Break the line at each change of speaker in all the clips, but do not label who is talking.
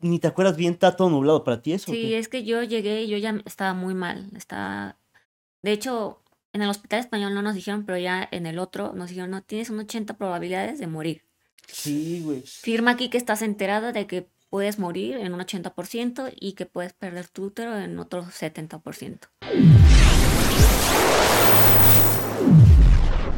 ni te acuerdas bien, está todo nublado para ti eso. o
Sí,
qué?
es que yo llegué y yo ya estaba muy mal. Estaba... De hecho, en el hospital español no nos dijeron, pero ya en el otro nos dijeron, no, tienes un 80 probabilidades de morir.
Sí, güey.
Firma aquí que estás enterada de que puedes morir en un 80% y que puedes perder tu útero en otro 70%.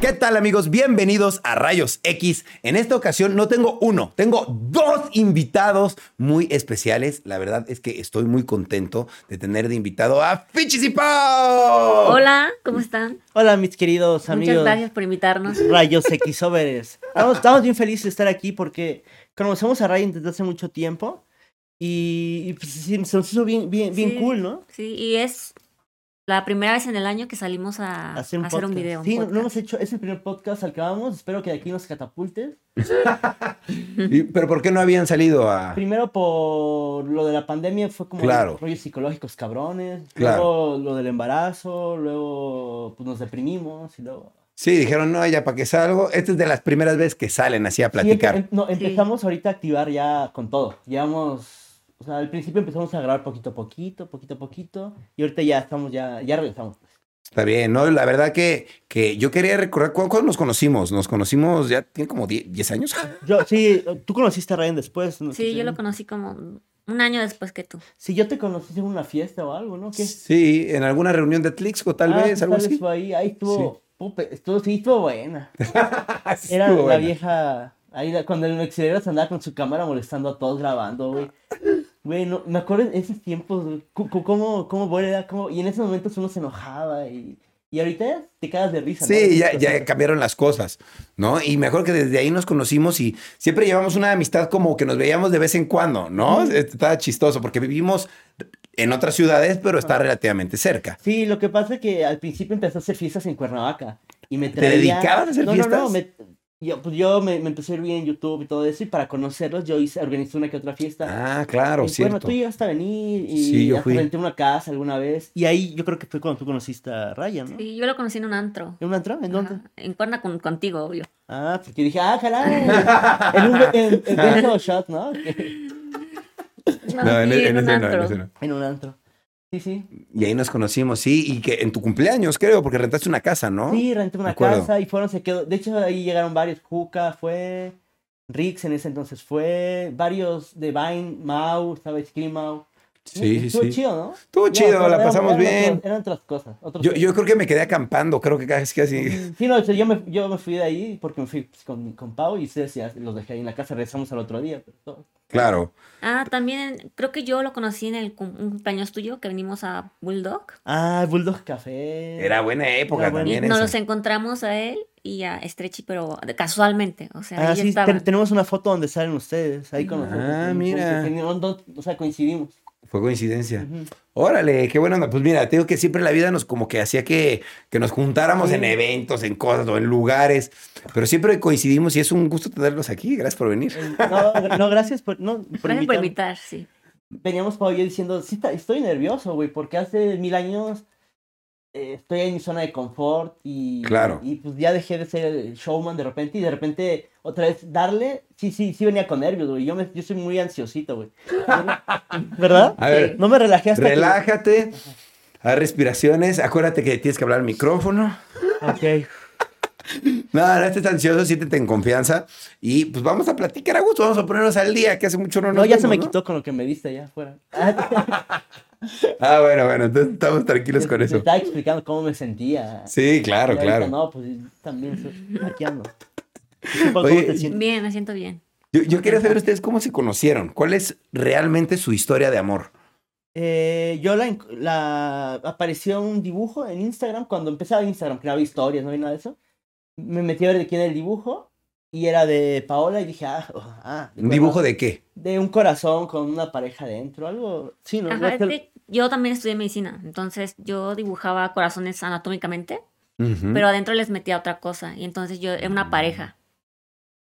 ¿Qué tal amigos? Bienvenidos a Rayos X. En esta ocasión no tengo uno, tengo dos invitados muy especiales. La verdad es que estoy muy contento de tener de invitado a Fichis y Pau.
Hola, ¿cómo están?
Hola, mis queridos Oh. amigos.
Muchas gracias por invitarnos.
Rayos X Overes. Estamos, estamos bien felices de estar aquí porque conocemos a Ryan desde hace mucho tiempo y, y, pues, sí, se nos hizo bien, bien, bien
Sí.
cool, ¿no?
Sí, y es la primera vez en el año que salimos a a Ah, hacer un,
podcast.
video. un
Sí, no- no
podcast.
hemos hecho, es el primer podcast al que vamos. Espero que de aquí nos catapultes.
Y- ¿Pero por qué no habían salido a...?
Primero por lo de la pandemia fue como
Ah. Claro.
rollos psicológicos cabrones.
Claro.
Luego lo del embarazo, luego pues, nos deprimimos y luego...
Sí, dijeron, no, ya para que salgo. Esta es de las primeras veces que salen así a
Sí, em-
platicar.
em- no, empezamos ahorita a activar ya con todo. Llevamos, o sea, al principio empezamos a grabar poquito a poquito, poquito a poquito, y ahorita ya estamos, ya, ya regresamos.
Está bien, ¿no? La verdad que, que yo quería recordar, ¿cu- ¿cuándo nos conocimos? Nos conocimos ya tiene como 10 10 años.
Yo, sí, tú conociste a Ryan después, ¿no?
Sí, yo lo conocí como un año después que tú.
Sí, yo te conocí en una fiesta o algo, ¿no? ¿Qué?
Sí, en alguna reunión de Tlixco, tal
Ah,
vez,
sí,
algo
tal vez
así.
fue ahí, ahí estuvo, pupe, estuvo, sí, estuvo buena.
Así
Era
Ah, estuvo
la
buena.
vieja, ahí la- cuando el Mexilero se andaba con su cámara molestando a todos grabando, güey. Güey, no, me acuerdo en esos tiempos, güey, cu- cu- cómo, cómo bueno era, cómo, y en esos momentos uno se enojaba y, y ahorita te cagas de risa. ¿no?
Sí, ya,
Esas
ya
cosas.
cambiaron las cosas, ¿no? Y me acuerdo que desde ahí nos conocimos y siempre llevamos una amistad como que nos veíamos de vez en cuando, ¿no? Estaba chistoso porque vivimos en otras ciudades, pero está relativamente cerca.
Sí, lo que pasa es que al principio empezó a hacer fiestas en Cuernavaca y me
¿Te
traía...
dedicabas a hacer
no, No, no,
fiestas?
me- yo, pues yo me, me empecé a ir bien en YouTube y todo eso y para conocerlos yo hice, organizé una que otra fiesta.
Ah, claro,
Y, bueno,
cierto.
tú llegaste a venir y
Sí, yo
hasta
fui.
renté una casa alguna vez y ahí yo creo que fue cuando tú conociste a Ryan, ¿no?
Sí, yo lo conocí en un antro.
¿En un antro? ¿En dónde?
Ajá, En cuerna con, contigo, obvio.
Ah, porque dije, ah, ojalá. En un en, en beso shot, ¿no?
No, en,
sí,
en ese no, en
antro.
ese no.
En un antro. Sí, sí.
Y ahí nos conocimos, sí, y que en tu cumpleaños, creo, porque rentaste una casa, ¿no?
Sí, renté
De
una
acuerdo.
casa y fueron, se quedó. De hecho, ahí llegaron varios. Juca fue. Rix en ese entonces fue. Varios de Vine, Mau, estaba Scream Mau.
sí, sí.
Estuvo
sí.
chido, ¿no?
Estuvo
Ya,
chido,
pero
la
eran-
pasamos
eran
bien.
otros- eran otras cosas. otros
Yo,
tiempos.
yo creo que me quedé acampando, creo que casi así.
Sí, no, o sea, yo me, yo me fui de ahí porque me fui pues, con, con Pau y ustedes ya los dejé ahí en la casa. Regresamos al otro día. Pero todo.
Claro.
Ah, también creo que yo lo conocí en el cum- un cumpleaños tuyo que venimos a Bulldog.
Ah, Bulldog Café.
Era buena época
Era buena.
Y
también.
nos
esa.
los encontramos a él y a Estrechi, pero de- casualmente. O sea,
Ah,
ahí
sí, te-
estaban.
tenemos una foto donde salen ustedes, ahí con nosotros.
Ah,
en un
mira.
punto, en donde- o sea, coincidimos.
Fue coincidencia.
Ujú.
Órale, qué buena onda. Pues mira, te digo que siempre la vida nos como que hacía que, que nos juntáramos
Sí.
en eventos, en cosas o en lugares, pero siempre coincidimos y es un gusto tenerlos aquí. Gracias por venir.
No, no, gracias por, no, por
Gracias por
invitarme.
invitar, sí.
Veníamos por yo diciendo, sí, está- estoy nervioso, güey, porque hace mil años eh, estoy en mi zona de confort y,
Claro.
y pues ya dejé de ser el showman de repente y de repente otra vez darle, sí, sí, sí venía con nervios, güey. Yo, me- yo soy muy ansiosito, güey. Yo no- ¿Verdad?
A ver,
No me relajé hasta que-
relájate, haz respiraciones, acuérdate que tienes que hablar al micrófono.
Ok.
No, no estés ansioso, siéntete en confianza y pues vamos a platicar a gusto, vamos a ponernos al día, que hace mucho no
No,
nos
ya se
vemos,
me
¿no?
quitó con lo que me diste allá afuera.
Ah, bueno, bueno, entonces estamos tranquilos con
Te- Te
eso.
estaba explicando cómo me sentía.
Sí, claro,
Y ahorita,
claro.
No, pues también so- aquí ando. ¿Tú, Pau,
Oye,
¿cómo te sientes?
Bien, me siento bien.
Yo, yo quería saber ustedes cómo se conocieron, cuál es realmente su historia de amor.
Eh, yo la, enc- la- apareció un dibujo en Instagram cuando empezaba Instagram, creaba historias, no hay nada de eso. Me metí a ver de quién era el dibujo y era de Paola y dije, ah, oh, ah,
¿Un dibujo de qué?
de un corazón con una pareja dentro, algo. Sí, no, no
Ajá,
es que-
es que yo también estudié medicina, entonces yo dibujaba corazones anatómicamente,
Ujú.
pero adentro les metía otra cosa. Y entonces yo era una pareja.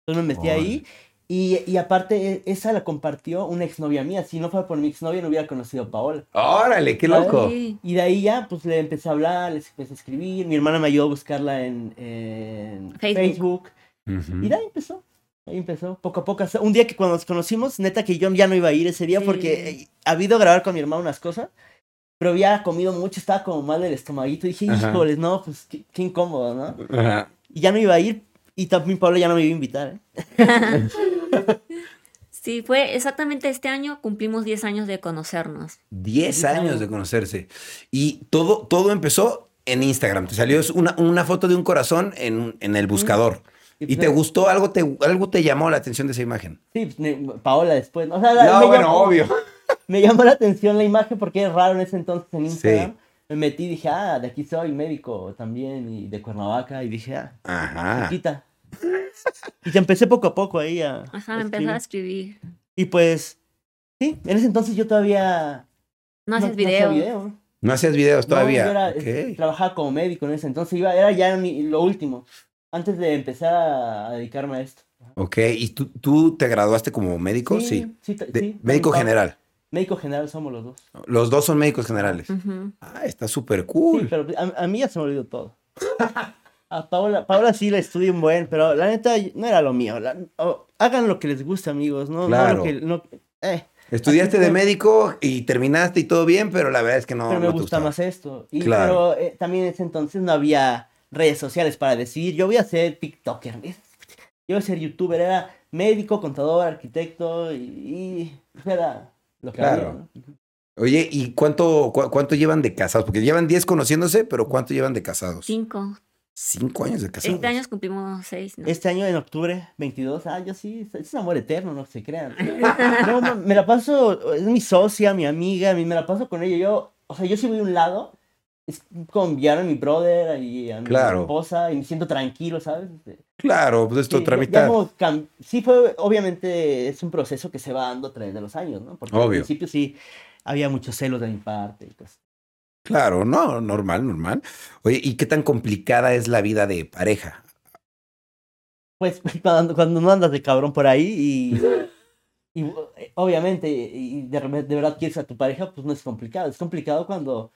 Entonces me metí ahí y, y aparte e- esa la compartió una exnovia mía. Si no fuera por mi exnovia no hubiera conocido a Paola.
Órale, qué loco.
Sí.
Y de ahí ya, pues le empecé a hablar, les empecé a escribir. Mi hermana me ayudó a buscarla en, en
Facebook.
Facebook. Y de ahí empezó. Ahí empezó, poco a poco. hasta Un día que cuando nos conocimos, neta que yo ya no iba a ir ese día
Sí.
porque eh, había ido a grabar con mi hermano unas cosas, pero había comido mucho, estaba como mal del estomaguito. Y dije,
Ajá.
híjoles, no, pues qué, qué incómodo, ¿no?
Ajá.
Y ya no iba a ir y también Pablo ya no me iba a invitar. ¿eh?
Sí, fue exactamente este año cumplimos 10 años de conocernos.
10 años de conocerse. Y todo, todo empezó en Instagram. Te salió una, una foto de un corazón en, en el buscador.
Y
Y te
pues-
gustó, algo te, algo te llamó la atención de esa imagen.
Sí, pues, ne- Paola después, ¿no? O sea, la- Ah, me llamó- Me llamó la atención la imagen porque es raro en ese entonces en Instagram. Me metí y dije, ah, de aquí soy médico también y de Cuernavaca. Y dije, ah,
Ajá.
quita. Y ya empecé poco a poco ahí a. a
Ajá, me
escribir.
empezó a escribir.
Y pues, sí, en ese entonces yo todavía.
No haces
hacía
video.
video.
No hacías videos
No,
Pues todavía.
yo era-
Ok.
es- trabajaba como médico en ese entonces. Iba, era ya mi- lo último. Antes de empezar a, a dedicarme a esto.
Ok. ¿Y tú, tú te graduaste como médico? Sí.
sí, ta-
De-
sí, con
médico
mi papá.
general.
Médico general somos los dos.
Los dos son médicos generales.
Ujú.
Ah, está súper
Sí,
cool.
pero a, a mí ya se me olvidó todo. A Paola, Paola sí la estudié un buen, pero la neta no era lo mío. La- o- hagan lo que les guste, amigos. No,
Claro.
no lo que. No, eh,
Estudiaste
Así
de
fue.
médico y terminaste y todo bien, pero la verdad es que no,
pero me
no te
gusta
gustaba.
más esto. Y,
Claro.
Pero eh, también en ese entonces no había redes sociales para decidir. Yo voy a ser TikToker. ¿ves? Yo voy a ser YouTuber. Era médico, contador, arquitecto y. y era lo que
Claro.
había, ¿no?
Oye, ¿y cuánto, cu- cuánto llevan de casados? Porque llevan 10 conociéndose, pero ¿cuánto llevan de casados?
Cinco.
Cinco años de casados.
Este año cumplimos seis, ¿no?
Este año en octubre 22, ah, yo sí, es un amor eterno, no se crean. No, ma- me la paso, es mi socia, mi amiga, mi- me la paso con ella. Yo, o sea, yo si voy a un lado, es con enviar a mi brother y a mi
Claro.
esposa y me siento tranquilo, ¿sabes? Este,
Claro, pues esto
sí, ya-
tramita.
ya como cam- sí fue, obviamente es un proceso que se va dando a través de los años, ¿no? Porque al
Obvio.
principio sí había muchos celos de mi parte y pues, cosas.
Claro, no, normal, normal. Oye, ¿y qué tan complicada es la vida de pareja?
Pues cuando, cuando no andas de cabrón por ahí y, y eh, obviamente y de, re- de verdad quieres a tu pareja, pues no es complicado. Es complicado cuando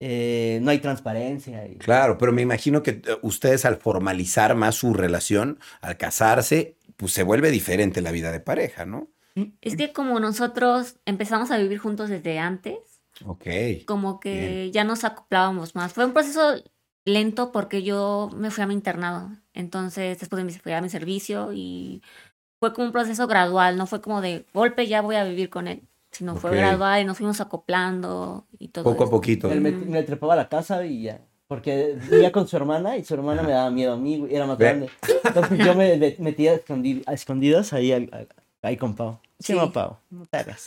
eh, no hay transparencia. Y,
Claro, pero me imagino que eh, ustedes al formalizar más su relación, al casarse, pues se vuelve diferente la vida de pareja, ¿no?
Es que como nosotros empezamos a vivir juntos desde antes,
Ok.
como que ya nos acoplábamos más. Fue un proceso lento porque yo me fui a mi internado. Entonces, después me fui a mi servicio y fue como un proceso gradual, no fue como de golpe ya voy a vivir con él, sino fue
Ok.
gradual y nos fuimos acoplando y todo.
Poco a
eso.
poquito.
él me, me trepaba a la casa y ya. Porque vivía con su hermana y su hermana me daba miedo a mí, güey, era más
Ve.
grande. Entonces yo me me metía a, escondi- a escondidas ahí, al- al- ahí con Pau. Se llama
Sí.
Pau, no te hagas.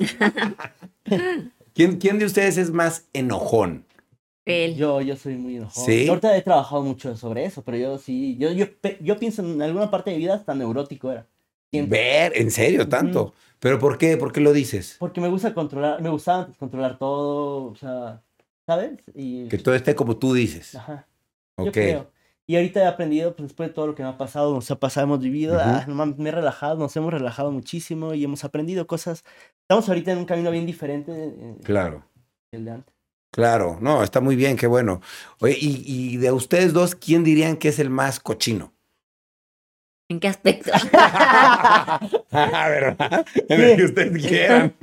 ¿Quién, quién de ustedes es más enojón?
Él.
Yo, yo soy muy enojado.
¿Sí?
Yo ahorita he trabajado mucho sobre eso, pero yo sí, yo, yo, pe- yo pienso en alguna parte de mi vida hasta neurótico era. Siempre.
Ver, en serio, tanto. ¿Pero por qué? ¿Por qué lo dices?
Porque me gusta controlar, me gustaba antes controlar todo, o sea, ¿sabes? Y,
Que todo esté como tú dices.
ajá, yo
Ok.
creo. Y ahorita he aprendido, pues después de todo lo que me ha pasado, nos ha pasado, hemos vivido,
Ujú.
ah, no mames, me he relajado, nos hemos relajado muchísimo y hemos aprendido cosas. Estamos ahorita en un camino bien diferente eh,
Claro.
del de antes.
Claro, no, está muy bien, qué bueno. Oye, y, y de ustedes dos, ¿quién dirían que es el más cochino?
¿En qué aspecto?
Ah, ¿verdad? En el que ustedes quieran.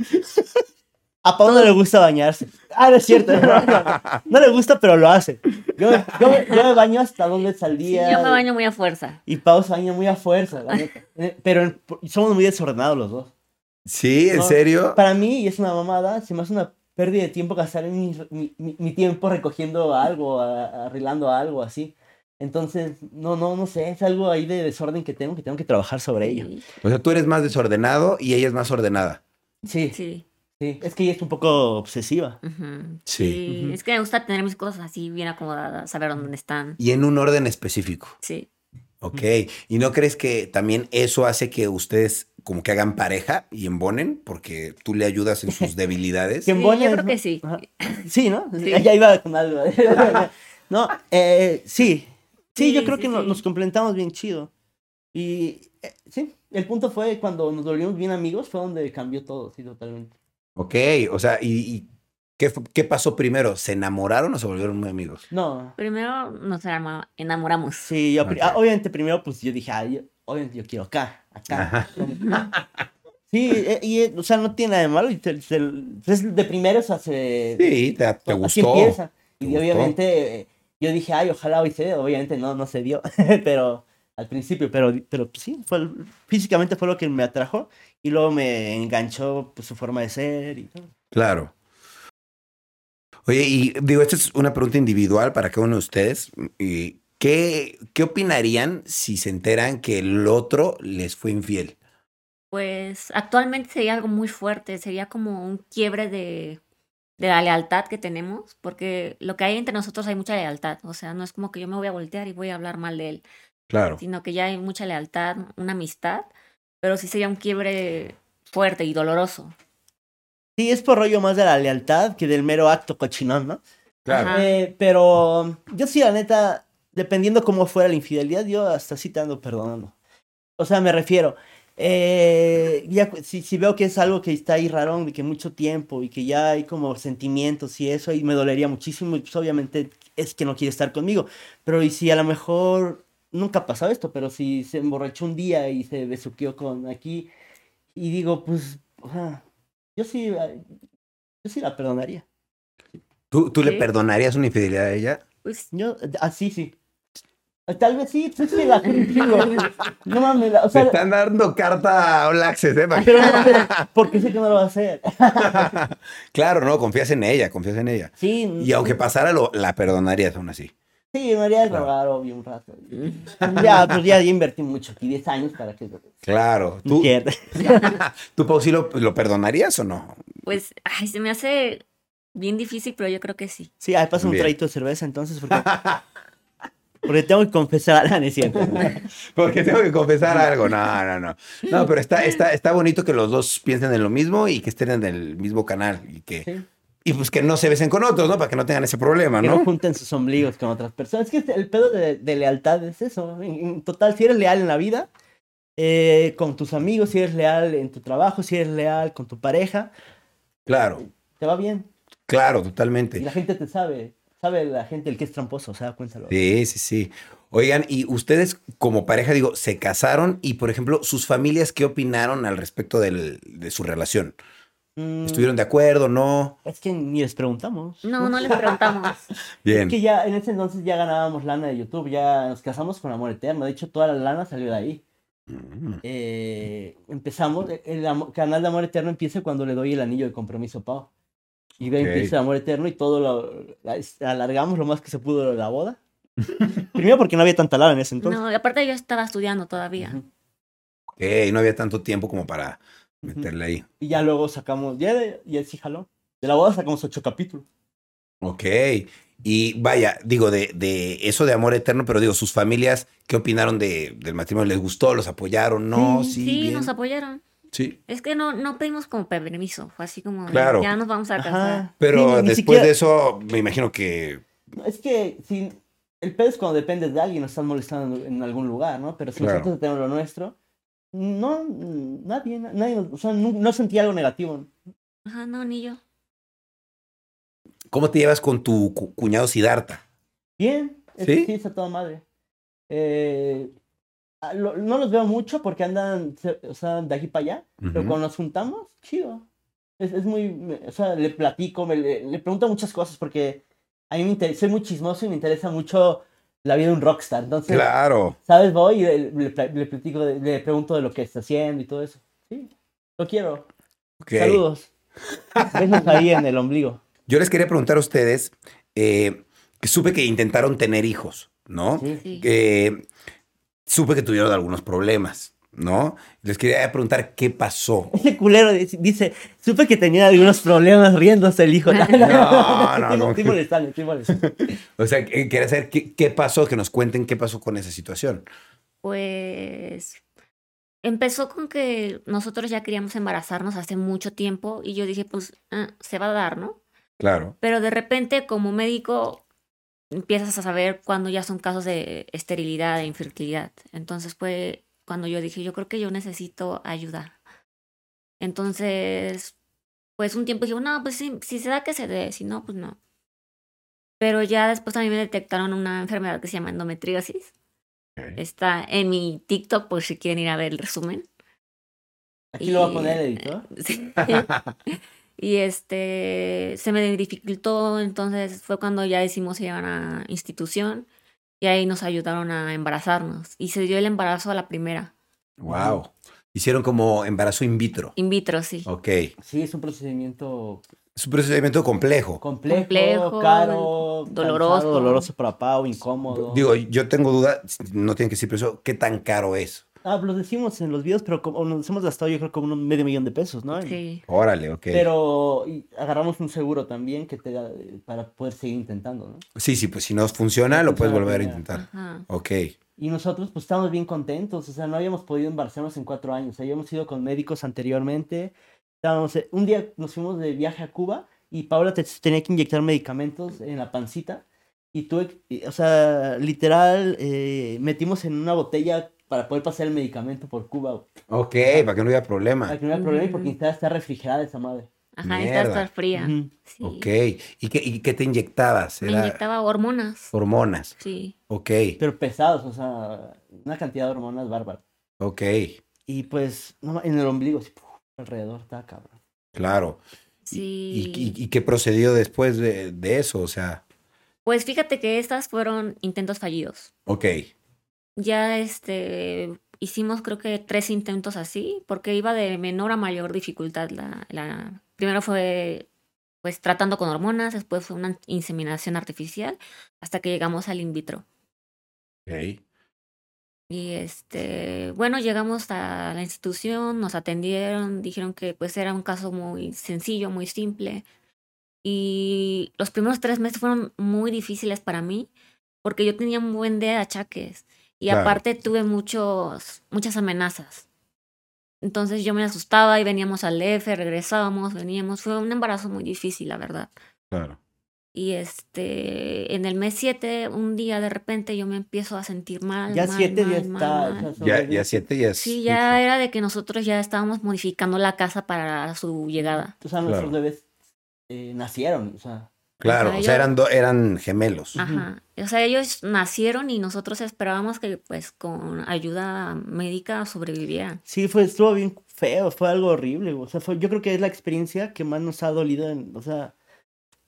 A Pau no le gusta bañarse. Ah, no es cierto. no, no, no. No le gusta, pero lo hace. Yo, yo, yo me baño hasta dos veces al
Sí,
día.
yo me baño muy a fuerza.
Y Pau se baña muy a fuerza, la neta. Eh, Pero en- somos muy desordenados los dos.
Sí, ¿en
No.
serio?
Para mí, y es una mamada, se me hace una pérdida de tiempo gastar mi, mi, mi- mi tiempo recogiendo algo, a- arreglando algo, así. Entonces, no, no, no sé, es algo ahí de desorden que tengo, que tengo que trabajar sobre ello.
Sí,
O sea, tú eres más desordenado y ella es más ordenada.
Sí, sí.
sí.
Es que ella es un poco obsesiva.
Ujú.
Sí.
Sí,
Ujú.
Es que me gusta tener mis cosas así bien acomodadas, saber dónde están.
Y en un orden específico.
Sí.
Ok. ¿Y no crees que también eso hace que ustedes como que hagan pareja y embonen? Porque tú le ayudas en sus debilidades.
Que
Sí,
embone,
yo creo
¿no?
que sí.
Ajá. Sí, ¿no?
Sí.
Ya iba con algo. no, eh, sí. sí.
Sí,
yo creo
sí,
que no-
sí.
nos complementamos bien chido. Y eh, sí, el punto fue cuando nos volvimos bien amigos, fue donde cambió todo, sí, totalmente.
Ok. O sea, ¿y, y qué, fu- qué pasó primero? ¿Se enamoraron o se volvieron muy amigos?
No,
Primero nos enamoramos.
sí, yo pri-
Ok.
ah, obviamente primero pues yo dije, ay, obviamente yo quiero acá, acá. Sí, eh, y, eh, o sea, no tiene nada de malo. y te- te- es de primero, o sea, se,
Sí, te, te
Así
gustó.
empieza. Y
gustó.
obviamente eh, yo dije, ay, ojalá hoy se dé. Obviamente no, no se dio, pero al principio, pero, pero pues sí, fue, físicamente fue lo que me atrajo y luego me enganchó pues, su forma de ser y todo.
Claro. Oye, y digo, esta es una pregunta individual para cada uno de ustedes. Y, ¿Qué, ¿Qué opinarían si se enteran que el otro les fue infiel?
Pues actualmente sería algo muy fuerte, sería como un quiebre de, de la lealtad que tenemos, porque lo que hay entre nosotros hay mucha lealtad, o sea, no es como que yo me voy a voltear y voy a hablar mal de él,
Claro.
sino que ya hay mucha lealtad, una amistad, pero sí sería un quiebre fuerte y doloroso.
Sí, es por rollo más de la lealtad que del mero acto cochinón, ¿no?
Claro.
Ajá.
Eh, pero yo sí, la neta, dependiendo cómo fuera la infidelidad, yo hasta sí te ando perdonando. O sea, me refiero, eh, ya, cu- si, si veo que es algo que está ahí raro, de que mucho tiempo y que ya hay como sentimientos y eso, y me dolería muchísimo, y pues obviamente es que no quiere estar conmigo. Pero y si a lo mejor, nunca ha pasado esto, pero si se emborrachó un día y se besuqueó con aquí, y digo, pues, o sea, yo sí, eh, yo sí la perdonaría.
¿Tú, tú le
Sí.
perdonarías una infidelidad a ella?
Pues,
Yo, así sí. Tal vez sí, pues sí, la consigo. No mames, la- o sea,
están dando carta a All Access, ¿eh?
pero no, pero, ¿por qué sé que no lo va a hacer?
claro, no, confías en ella, confías en ella.
Sí,
Y aunque pasara, lo, la perdonarías aún así.
sí, me haría rogar, obvio, un rato. Ya, pues ya, ya invertí mucho aquí, 10 años para que lo
Claro. ¿Tú,
quiera.
tú Pau, sí lo, lo perdonarías o no?
pues, ay, se me hace bien difícil, pero yo creo que sí.
Sí, ahí pasa un
Bien.
traguito de cerveza entonces, porque, porque tengo que confesar, ah, no es cierto.
Porque tengo que confesar algo. No, no, no. No, pero está, está, está bonito que los dos piensen en lo mismo y que estén en el mismo canal y que.
Sí.
Y pues que no se besen con otros, ¿no? Para que no tengan ese problema,
Que no
Ah, ¿no?
junten sus ombligos con otras personas. Es que este- el pedo de, de lealtad es eso. En, en total, si eres leal en la vida, eh, con tus amigos, si eres leal en tu trabajo, si eres leal con tu pareja,
Claro,
te va bien.
claro,
Y
totalmente.
la gente te sabe. Sabe la gente el que es tramposo, o sea, cuéntalo.
Sí, sí, sí. Oigan, y ustedes como pareja, digo, se casaron y, por ejemplo, sus familias, ¿qué opinaron al respecto del- de su relación?
Mm,
¿Estuvieron de acuerdo? ¿No?
Es que ni les preguntamos.
No, no les preguntamos.
Bien.
Es que ya en ese entonces ya ganábamos lana de YouTube, ya nos casamos con Amor Eterno. De hecho, toda la lana salió de ahí.
Mm.
eh, empezamos, el amo- canal de Amor Eterno empieza cuando le doy el anillo de compromiso a Pau. Y de ahí
Ok.
empieza Amor Eterno y todo lo la- es- alargamos lo más que se pudo la boda. Primero porque no había tanta lana en ese entonces.
No, y aparte yo estaba estudiando todavía.
Ujú.
Ok, no había tanto tiempo como para meterle ahí.
Y ya luego sacamos, ya, de- ya sí jaló. De la boda sacamos ocho capítulos.
Ok. Y vaya, digo, de, de eso de amor eterno, pero digo, sus familias, ¿qué opinaron de, del matrimonio? ¿Les gustó? ¿Los apoyaron? No, sí.
Sí,
bien.
nos apoyaron.
Sí.
Es que no, no pedimos como permiso, fue así como de,
Claro.
ya nos vamos a casar.
Ajá. Sí,
Pero
ni- ni
después
siquiera-
de eso, me imagino que.
Es que si, el pedo es cuando dependes de alguien, nos están molestando en, en algún lugar, ¿no? Pero si
Claro.
nosotros tenemos lo nuestro, no, mm, nadie, na- nadie, o sea, nu- no, sentí algo negativo.
Ajá, no, ni yo.
¿Cómo te llevas con tu cu- cuñado Sidarta?
Bien, es-
¿Sí?
¿Sí? está toda madre. Eh, a- lo- no los veo mucho porque andan, se- o sea, de aquí para allá, pero cuando nos juntamos, chido. Es, es muy, me- o sea, le platico, me, le, le pregunto muchas cosas porque a mí me interesa, soy muy chismoso y me interesa mucho la vida de un rockstar. Entonces,
Claro.
¿sabes? Voy y le, le pla- le platico, de- le pregunto de lo que está haciendo y todo eso. Sí, lo quiero.
Ok.
Saludos. Besos ahí en el ombligo.
Yo les quería preguntar a ustedes, eh, que supe que intentaron tener hijos, ¿no?
Sí.
Sí.
Eh, supe que tuvieron algunos problemas, ¿no? Les quería preguntar qué pasó.
Ese culero dice- dice, supe que tenía algunos problemas riéndose el hijo. No,
no,
estoy,
no.
estoy molestando, estoy molestando.
O sea, que- quería saber qué, qué pasó, que nos cuenten qué pasó con esa situación.
Pues empezó con que nosotros ya queríamos embarazarnos hace mucho tiempo y yo dije, pues ah, se va a dar, ¿no?
Claro.
Pero de repente como médico empiezas a saber cuando ya son casos de esterilidad, de infertilidad. Entonces fue cuando yo dije, yo creo que yo necesito ayuda. Entonces, pues un tiempo dije, no, pues sí, si se da que se dé, si no, pues no. Pero ya después a mí me detectaron una enfermedad que se llama endometriosis. Está en mi TikTok por si quieren ir a ver el resumen.
Aquí lo va a
Y-
poner el editor.
Sí. y este se me dificultó, entonces fue cuando ya decidimos ir a una institución y ahí nos ayudaron a embarazarnos. Y se dio el embarazo a la primera,
Wow. Hicieron como embarazo in vitro.
in vitro, sí.
Ok.
Sí, es un procedimiento
Es un procedimiento complejo.
complejo,
Complejo,
caro,
doloroso.
cansado, doloroso para Pau, incómodo.
Digo, yo tengo duda, no tienen que decir precio, ¿qué tan caro es?
Ah, lo decimos en los videos, pero como, nos hemos gastado yo creo como un medio millón de pesos, ¿no?
Sí.
Órale, ok.
Pero y agarramos un seguro también que te da eh, para poder seguir intentando, ¿no?
sí, sí, pues si no funciona, lo puedes
Funciona,
volver a
funciona.
intentar.
Ajá.
Ok.
Y nosotros pues estábamos bien contentos, o sea, no habíamos podido embarazarnos en cuatro años, habíamos ido con médicos anteriormente, estábamos, eh, un día nos fuimos de viaje a Cuba y Paula te- tenía que inyectar medicamentos en la pancita y tuve, que- y, o sea, literal, eh, metimos en una botella para poder pasar el medicamento por Cuba, güey,
Ok, para que no haya problema.
para que no hubiera problema y porque
Ujú.
necesitaba estar refrigerada esa madre.
Ajá, necesitaba
Mierda.
estar fría.
Ujú.
Sí.
Ok. ¿Y qué, y qué te inyectabas?
Me
Era Oh.
inyectaba hormonas.
hormonas.
Sí.
Ok,
Pero pesados, o sea, una cantidad de hormonas bárbara.
ok,
Y pues, no ma- en el ombligo, así, puf, alrededor, está cabrón.
claro.
Sí.
¿Y, y- y qué procedió después de, de eso? O sea,
Pues fíjate que estas fueron intentos fallidos.
ok,
Ya este hicimos creo que tres intentos así, porque iba de menor a mayor dificultad la, la- primero fue pues tratando con hormonas, después fue una inseminación artificial, hasta que llegamos al in vitro.
ok,
Y este, bueno, llegamos a la institución, nos atendieron, dijeron que pues era un caso muy sencillo, muy simple. Y los primeros tres meses fueron muy difíciles para mí porque yo tenía un buen día de achaques y
Claro.
aparte tuve muchos, muchas amenazas. Entonces yo me asustaba y veníamos al DF, regresábamos, veníamos. Fue un embarazo muy difícil, la verdad.
claro.
Y este, en el mes 7, un día de repente yo me empiezo a sentir mal.
Ya
mal,
siete
mal,
ya
mal,
está. o
mal.
sea,
Ya,
sobrevive.
ya siete, ya es
Sí,
mucho.
ya era de que nosotros ya estábamos modificando la casa para su llegada.
O sea, nuestros
Claro.
bebés eh, nacieron, o sea,
Claro,
Ajá,
o sea,
yo-
eran, do- eran gemelos.
Ujú.
Ajá. O sea, ellos nacieron y nosotros esperábamos que pues con ayuda médica sobrevivieran.
sí, fue, estuvo bien feo, fue algo horrible, o sea, fue, yo creo que es la experiencia que más nos ha dolido, en- o sea,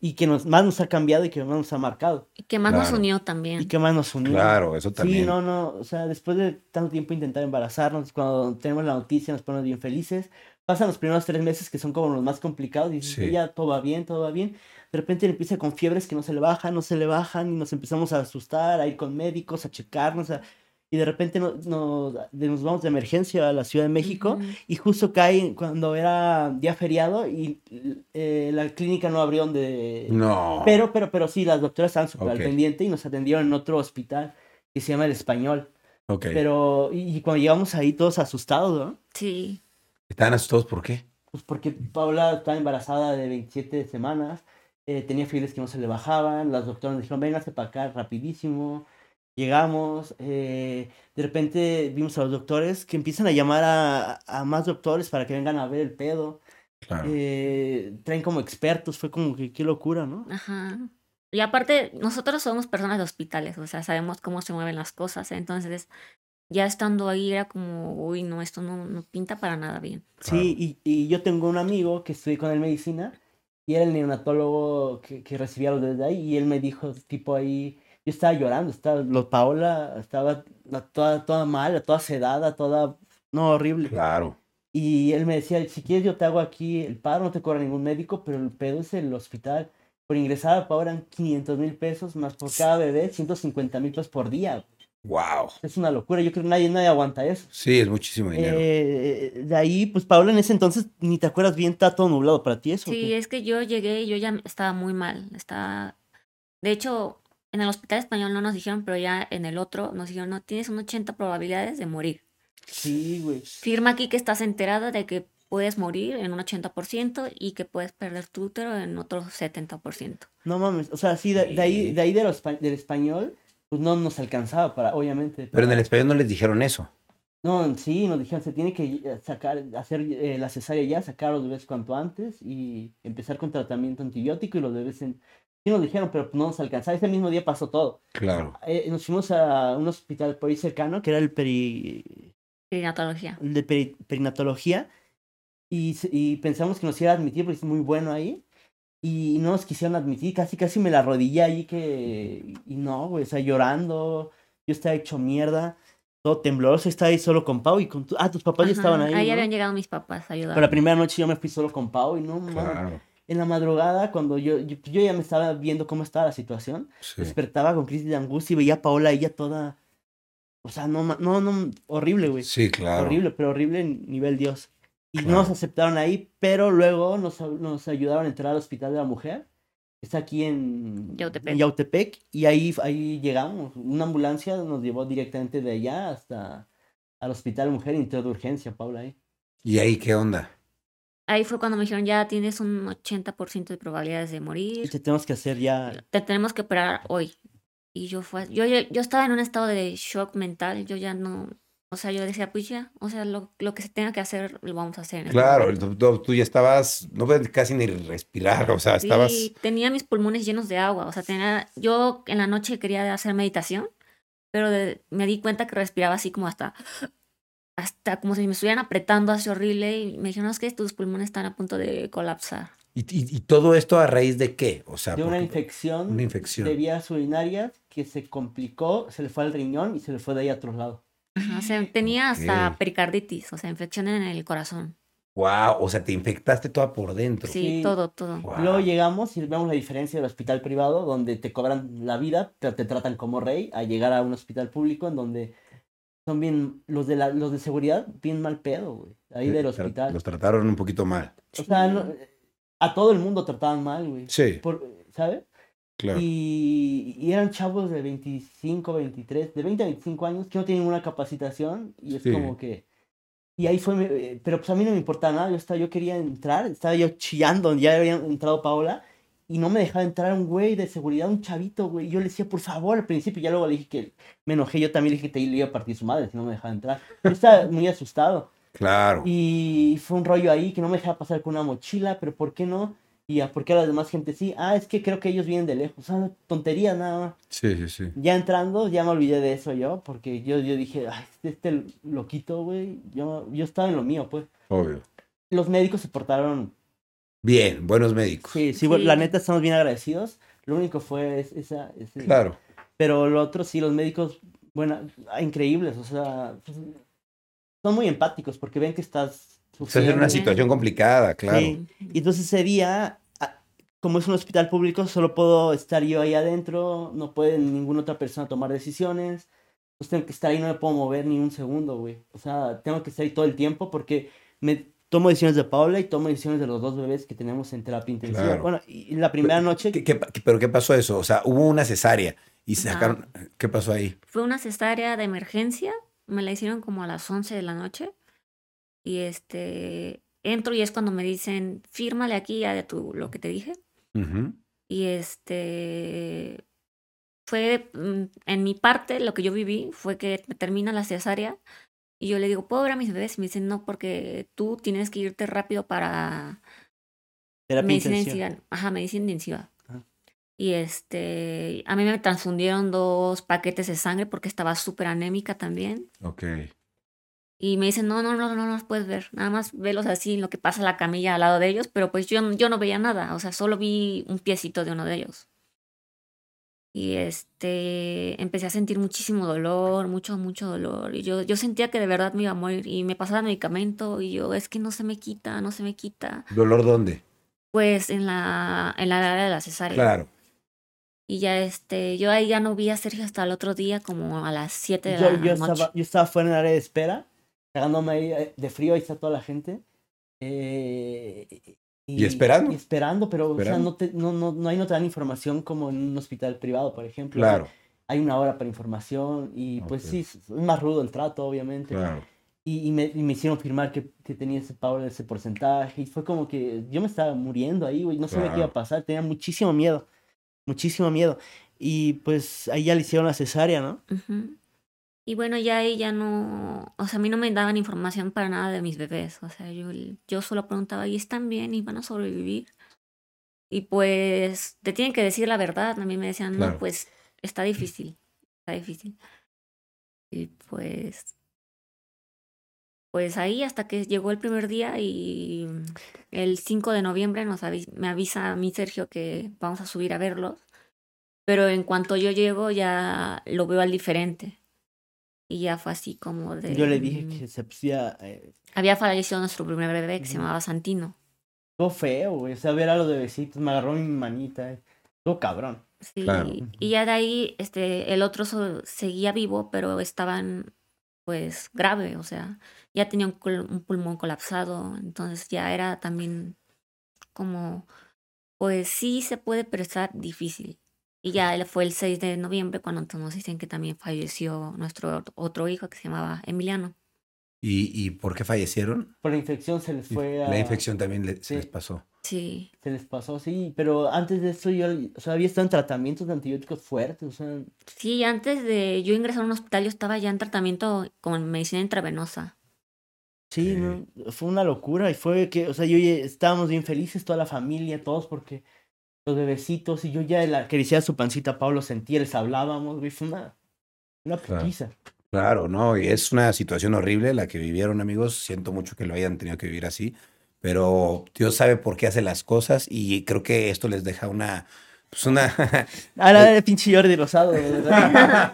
y que nos, más nos ha cambiado y que más nos ha marcado,
Y que más nos
Claro.
unió
y
también.
que más nos unió.
Claro, eso también.
Sí, no, no, o sea, después de tanto tiempo intentar embarazarnos, cuando tenemos la noticia nos ponemos bien felices, pasan los primeros tres meses que son como los más complicados y dices,
Sí.
ya todo va bien, todo va bien, de repente empieza con fiebres que no se le bajan, no se le bajan y nos empezamos a asustar, a ir con médicos, a checarnos, a- y de repente no- nos, de- nos vamos de emergencia a la Ciudad de México
Ujú.
y justo cae cuando era día feriado y eh, la clínica no abrió donde...
No.
Pero, pero, pero sí, las doctoras estaban súper al
Ok.
pendiente y nos atendieron en otro hospital que se llama El Español.
ok.
Pero, y, y cuando llegamos ahí todos asustados, ¿no?
Sí.
¿Estaban asustados por qué?
Pues porque Paula estaba embarazada de 27 semanas, eh, tenía fiebres que no se le bajaban, las doctoras nos dijeron, véngase para acá rapidísimo. Llegamos, eh, de repente vimos a los doctores que empiezan a llamar a, a más doctores para que vengan a ver el pedo.
Claro.
Eh, traen como expertos, fue como que qué locura, ¿no?
Ajá. Y aparte, nosotros somos personas de hospitales, o sea, sabemos cómo se mueven las cosas. Entonces, ya estando ahí era como, uy, no, esto no, no pinta para nada bien.
Claro.
Sí, y, y yo tengo un amigo que estudié con él medicina y era el neonatólogo que, que recibía los desde ahí y él me dijo, tipo ahí, yo estaba llorando, estaba, lo, Paola estaba la- toda, toda mala, toda sedada, toda, no, horrible.
Claro.
Y él me decía, si quieres yo te hago aquí el paro, no te cobra ningún médico, pero el pedo es el hospital. Por ingresada cobran 500 mil pesos, más por cada bebé 150 mil pesos por día.
Wow.
Es una locura, yo creo que nadie, nadie aguanta eso.
Sí, es muchísimo dinero.
Eh, de ahí, pues Paola, en ese entonces ni te acuerdas bien, está todo nublado para ti eso. o
Sí,
qué?
es que yo llegué y yo ya estaba muy mal. Estaba... De hecho, en el hospital español no nos dijeron, pero ya en el otro nos dijeron, no, tienes un 80 probabilidades de morir.
Sí, güey.
Firma aquí que estás enterada de que puedes morir en un 80% y que puedes perder tu útero en otro 70%.
No mames. O sea, sí, de, de ahí,
Sí.
de ahí de los pa- del español, pues no nos alcanzaba para, obviamente.
Pero en
para-
el español no les dijeron eso.
No, sí, nos dijeron, se tiene que sacar, hacer eh, la cesárea ya, sacar a los bebés cuanto antes y empezar con tratamiento antibiótico y los bebés en... Sí nos dijeron, pero no nos alcanzaba. Ese mismo día pasó todo.
Claro.
Eh, nos fuimos a un hospital por ahí cercano, que era el peri...
Perinatología.
el de peri- perinatología, y, se- y pensamos que nos iba a admitir porque es muy bueno ahí. Y no nos quisieron admitir, casi casi me la arrodillé ahí que... Y no, güey, o sea, llorando, yo estaba hecho mierda, todo tembloroso, estaba ahí solo con Pau y con... tu- Ah, tus papás ya
Ajá,
estaban ahí,
Ahí
¿no?
habían llegado mis papás a ayudar.
Pero la primera noche yo me fui solo con Pau y no, mames.
Claro.
En la madrugada, cuando yo, yo, yo ya me estaba viendo cómo estaba la situación,
Sí.
despertaba con crisis de angustia y veía a Paola ella toda... O sea, no, ma- no, no, horrible, güey.
Sí, claro.
Horrible, pero horrible en nivel Dios. Y
Claro.
nos aceptaron ahí, pero luego nos, nos ayudaron a entrar al Hospital de la Mujer. Está aquí en
Yautepec.
en Yautepec, y ahí, ahí llegamos. Una ambulancia nos llevó directamente de allá hasta al Hospital de Mujer y entró de urgencia, Paula. Ahí.
¿Y ahí qué onda?
Ahí fue cuando me dijeron, ya tienes un 80% de probabilidades de
Y
morir.
te tenemos que hacer ya.
te tenemos que operar hoy. Y yo fue, yo, yo, yo estaba en un estado de shock mental, yo ya no, o sea, yo decía, pues ya, o sea, lo, lo que se tenga que hacer, lo vamos a hacer. en este
Claro,
momento".
tú, tú- tú ya estabas, no puedes casi ni respirar, o sea, estabas...
Sí, tenía mis pulmones llenos de agua, o sea, tenía, yo en la noche quería hacer meditación, pero de- me di cuenta que respiraba así como hasta, hasta como si me estuvieran apretando así horrible y me dijeron, "No, es que tus pulmones están a punto de colapsar.
¿Y, y- y todo esto a raíz de qué? O sea,
De una
porque-
infección,
una infección.
de vías urinarias que se complicó, se le fue al riñón y se le fue de ahí a otro lado.
Ajá, o sea, tenía
Ok.
hasta pericarditis, o sea, infección en el corazón.
Wow, o sea, te infectaste toda por dentro.
Sí,
Sí.
todo, todo.
Guau.
Luego llegamos y vemos la diferencia del hospital privado, donde te cobran la vida, te, te tratan como rey, a llegar a un hospital público en donde son bien, los de, la, los de seguridad, bien mal pedo, güey, ahí del
Eh, Tra-
hospital.
Los trataron un poquito mal.
O sea, no- a todo el mundo trataban mal, güey.
Sí,
Por- ¿Sabes?
claro.
Y, y eran chavos de 25, 23, de 20 a 25 años que no tienen ninguna capacitación y es
Sí.
como que... Y ahí fue, mi- eh, pero pues a mí no me importaba nada, yo, estaba, yo quería entrar, estaba yo chillando, ya había entrado Paola y no me dejaba entrar un güey de seguridad, un chavito, güey. y Yo le decía, por favor, al principio, ya luego le dije que me enojé, yo también le dije que te le iba a partir su madre si no me dejaba entrar. Yo estaba muy asustado.
Claro.
Y fue un rollo ahí que no me dejaba pasar con una mochila, pero ¿por qué no? Y a por qué a la demás gente sí. Ah, es que creo que ellos vienen de lejos. Ah, tontería nada más.
Sí, sí, sí.
Ya entrando, ya me olvidé de eso yo, porque yo, yo dije, "Ay, este, este loquito, güey. Yo, yo estaba en lo mío, pues.
Obvio.
Los médicos se portaron.
Bien, buenos médicos.
Sí, sí,
Sí.
bueno, la neta estamos bien agradecidos. Lo único fue es- esa. ese-
Claro.
Pero lo otro sí, los médicos, bueno, ah, increíbles, o sea, pues, son muy empáticos porque ven que estás
Estás en una
Sí.
situación complicada, claro.
Sí. Y entonces ese día, a- como es un hospital público, solo puedo estar yo ahí adentro, no puede ninguna otra persona tomar decisiones. Pues tengo que estar ahí, no me puedo mover ni un segundo, güey. O sea, tengo que estar ahí todo el tiempo porque me tomo decisiones de Paula y tomo decisiones de los dos bebés que tenemos en terapia intensiva.
Claro.
Bueno, y y la primera noche
¿Qué- qué pa- qué- pero qué pasó eso? O sea, hubo una cesárea y sacaron... ¿Qué pasó ahí?
Fue una cesárea de emergencia, me la hicieron como a las 11 de la noche y este entro y es cuando me dicen, "Fírmale aquí ya de tu lo que te dije."
Ujú.
Y este fue mm, en mi parte lo que yo viví fue que me termina la cesárea y yo le digo, "¿Puedo ver a mis bebés?" Y me dicen, "No, porque tú tienes que irte rápido para
terapia
medicina
intensiva.
intensiva. Ajá, medicina intensiva.
Ajá.
Y este, a mí me transfundieron dos paquetes de sangre porque estaba súper anémica también.
Ok.
Y me dicen, no, no, no, no, no los puedes ver. Nada más velos así, en lo que pasa en la camilla al lado de ellos. Pero pues yo, yo no veía nada. O sea, solo vi un piecito de uno de ellos. Y este, empecé a sentir muchísimo dolor, mucho, mucho dolor. Y yo, yo sentía que de verdad me iba a morir. Y me pasaba medicamento. Y yo, es que no se me quita, no se me quita.
¿Dolor dónde?
Pues en la, en la área de la cesárea.
Claro.
Y ya este, yo ahí ya no vi a Sergio hasta el otro día, como a las 7 de
Yo,
la
yo
noche.
estaba, yo estaba fuera en el área de espera, cagándome ahí eh, de frío, ahí está toda la gente. eh,
¿Y esperando?
y esperando, pero o sea,
Esperando.
no, te, no, no, no, ahí no te dan información como en un hospital privado, por ejemplo.
Claro,
Hay una hora para información y pues
Ok.
sí, es más rudo el trato, obviamente.
claro.
Y, y me, y me hicieron firmar que, que tenía ese power, ese porcentaje. Y fue como que yo me estaba muriendo ahí, güey. No sabía qué iba
Claro.
a pasar. Tenía muchísimo miedo. Muchísimo miedo. Y pues ahí ya le hicieron la cesárea, ¿no?
Ujú. Y bueno, ya ahí ya no, o sea, a mí no me daban información para nada de mis bebés, o sea, yo, yo solo preguntaba, ¿y están bien? ¿Y van a sobrevivir? Y pues te tienen que decir la verdad, a mí me decían,
Claro.
no, pues está difícil, está difícil. Y pues, pues ahí hasta que llegó el primer día y el 5 de noviembre nos avi- me avisa a mí Sergio que vamos a subir a verlos. Pero en cuanto yo llego ya lo veo al diferente. Y ya fue así como de...
Yo le dije que se pusiera... eh,
Había fallecido nuestro primer bebé que se
Ujú.
llamaba Santino.
Estuvo feo, güey. O sea, ver a los bebecitos, me agarró mi manita. eh. Estuvo cabrón.
Sí,
Claro.
y ya de ahí este, el otro so- seguía vivo, pero estaban pues grave, o sea, ya tenía un, col- un pulmón colapsado, entonces ya era también como, pues sí se puede, pero está difícil. Y ya él fue el 6 de noviembre cuando nos dicen que también falleció nuestro ot- otro hijo que se llamaba Emiliano.
¿Y, y por qué fallecieron?
Por la infección se les fue a...
La infección también le- se
Sí.
les pasó.
Sí,
Se les pasó, sí. Pero antes de eso yo... O sea, había estado en tratamientos de antibióticos fuertes. O sea,
sí, antes de yo ingresar a un hospital yo estaba ya en tratamiento con medicina intravenosa.
Sí,
Eh.
no, fue una locura y fue que, o sea, yo ya- estábamos bien felices, toda la familia, todos, porque los bebecitos y yo ya la acariciaba su pancita, Pablo sentía, les hablábamos, güey, fue una, una
Claro.
putiza.
Claro, no, y es una situación horrible la que vivieron, amigos. Siento mucho que lo hayan tenido que vivir así, pero Dios sabe por qué hace las cosas y creo que esto les deja una, pues una,
Ah,
Eh.
la de pinche Jordi Rosado, de verdad.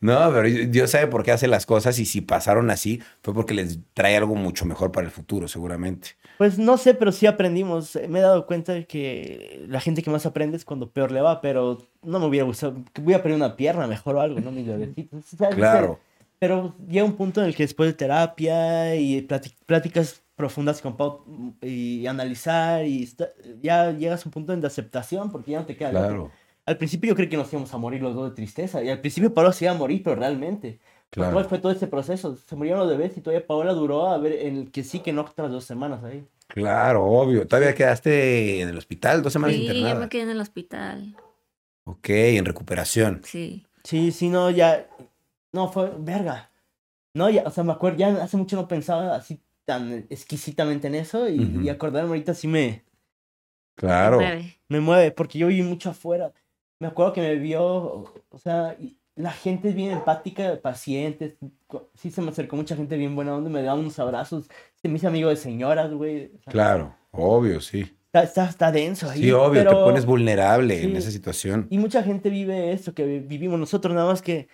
no, pero Dios sabe por qué hace las cosas y si pasaron así fue porque les trae algo mucho mejor para el futuro, seguramente.
Pues no sé, pero sí aprendimos. Me he dado cuenta de que la gente que más aprende es cuando peor le va, pero no me hubiera gustado. que Voy a perder una pierna mejor o algo, ¿no? Mis bebecitos. O sea,
Claro,
Pero llega un punto en el que después de terapia y plati- pláticas profundas con Pau y analizar, y esta- ya llegas a un punto de aceptación porque ya no te queda. de otra.
claro,
Al principio yo creí que nos íbamos a morir los dos de tristeza y al principio Paola se iba a morir, pero realmente.
claro.
¿Cuál fue todo ese proceso? Se murieron los bebés y todavía Paola duró a ver en el que sí que no otras dos semanas ahí.
Claro, obvio. Todavía quedaste en el hospital, dos semanas
Sí, yo
internada.
me quedé en el hospital,
Ok, en recuperación.
sí.
Sí, sí, no, ya. No, fue verga. No, ya, o sea, me acuerdo, ya hace mucho no pensaba así tan exquisitamente en eso y,
Ujú.
y acordarme ahorita sí me.
Claro.
Nueve.
me mueve, porque yo viví mucho afuera. Me acuerdo que me vio, o o sea, y la gente es bien empática, pacientes. co- Sí se me acercó mucha gente bien buena onda, me daba unos abrazos. Se me hice amigo de señoras, güey. o sea,
Claro, obvio, sí.
Está, está, está denso ahí.
Sí, obvio, te
pero-
pones vulnerable en
sí.
esa situación.
Y mucha gente vive esto que vi- vivimos nosotros, nada más que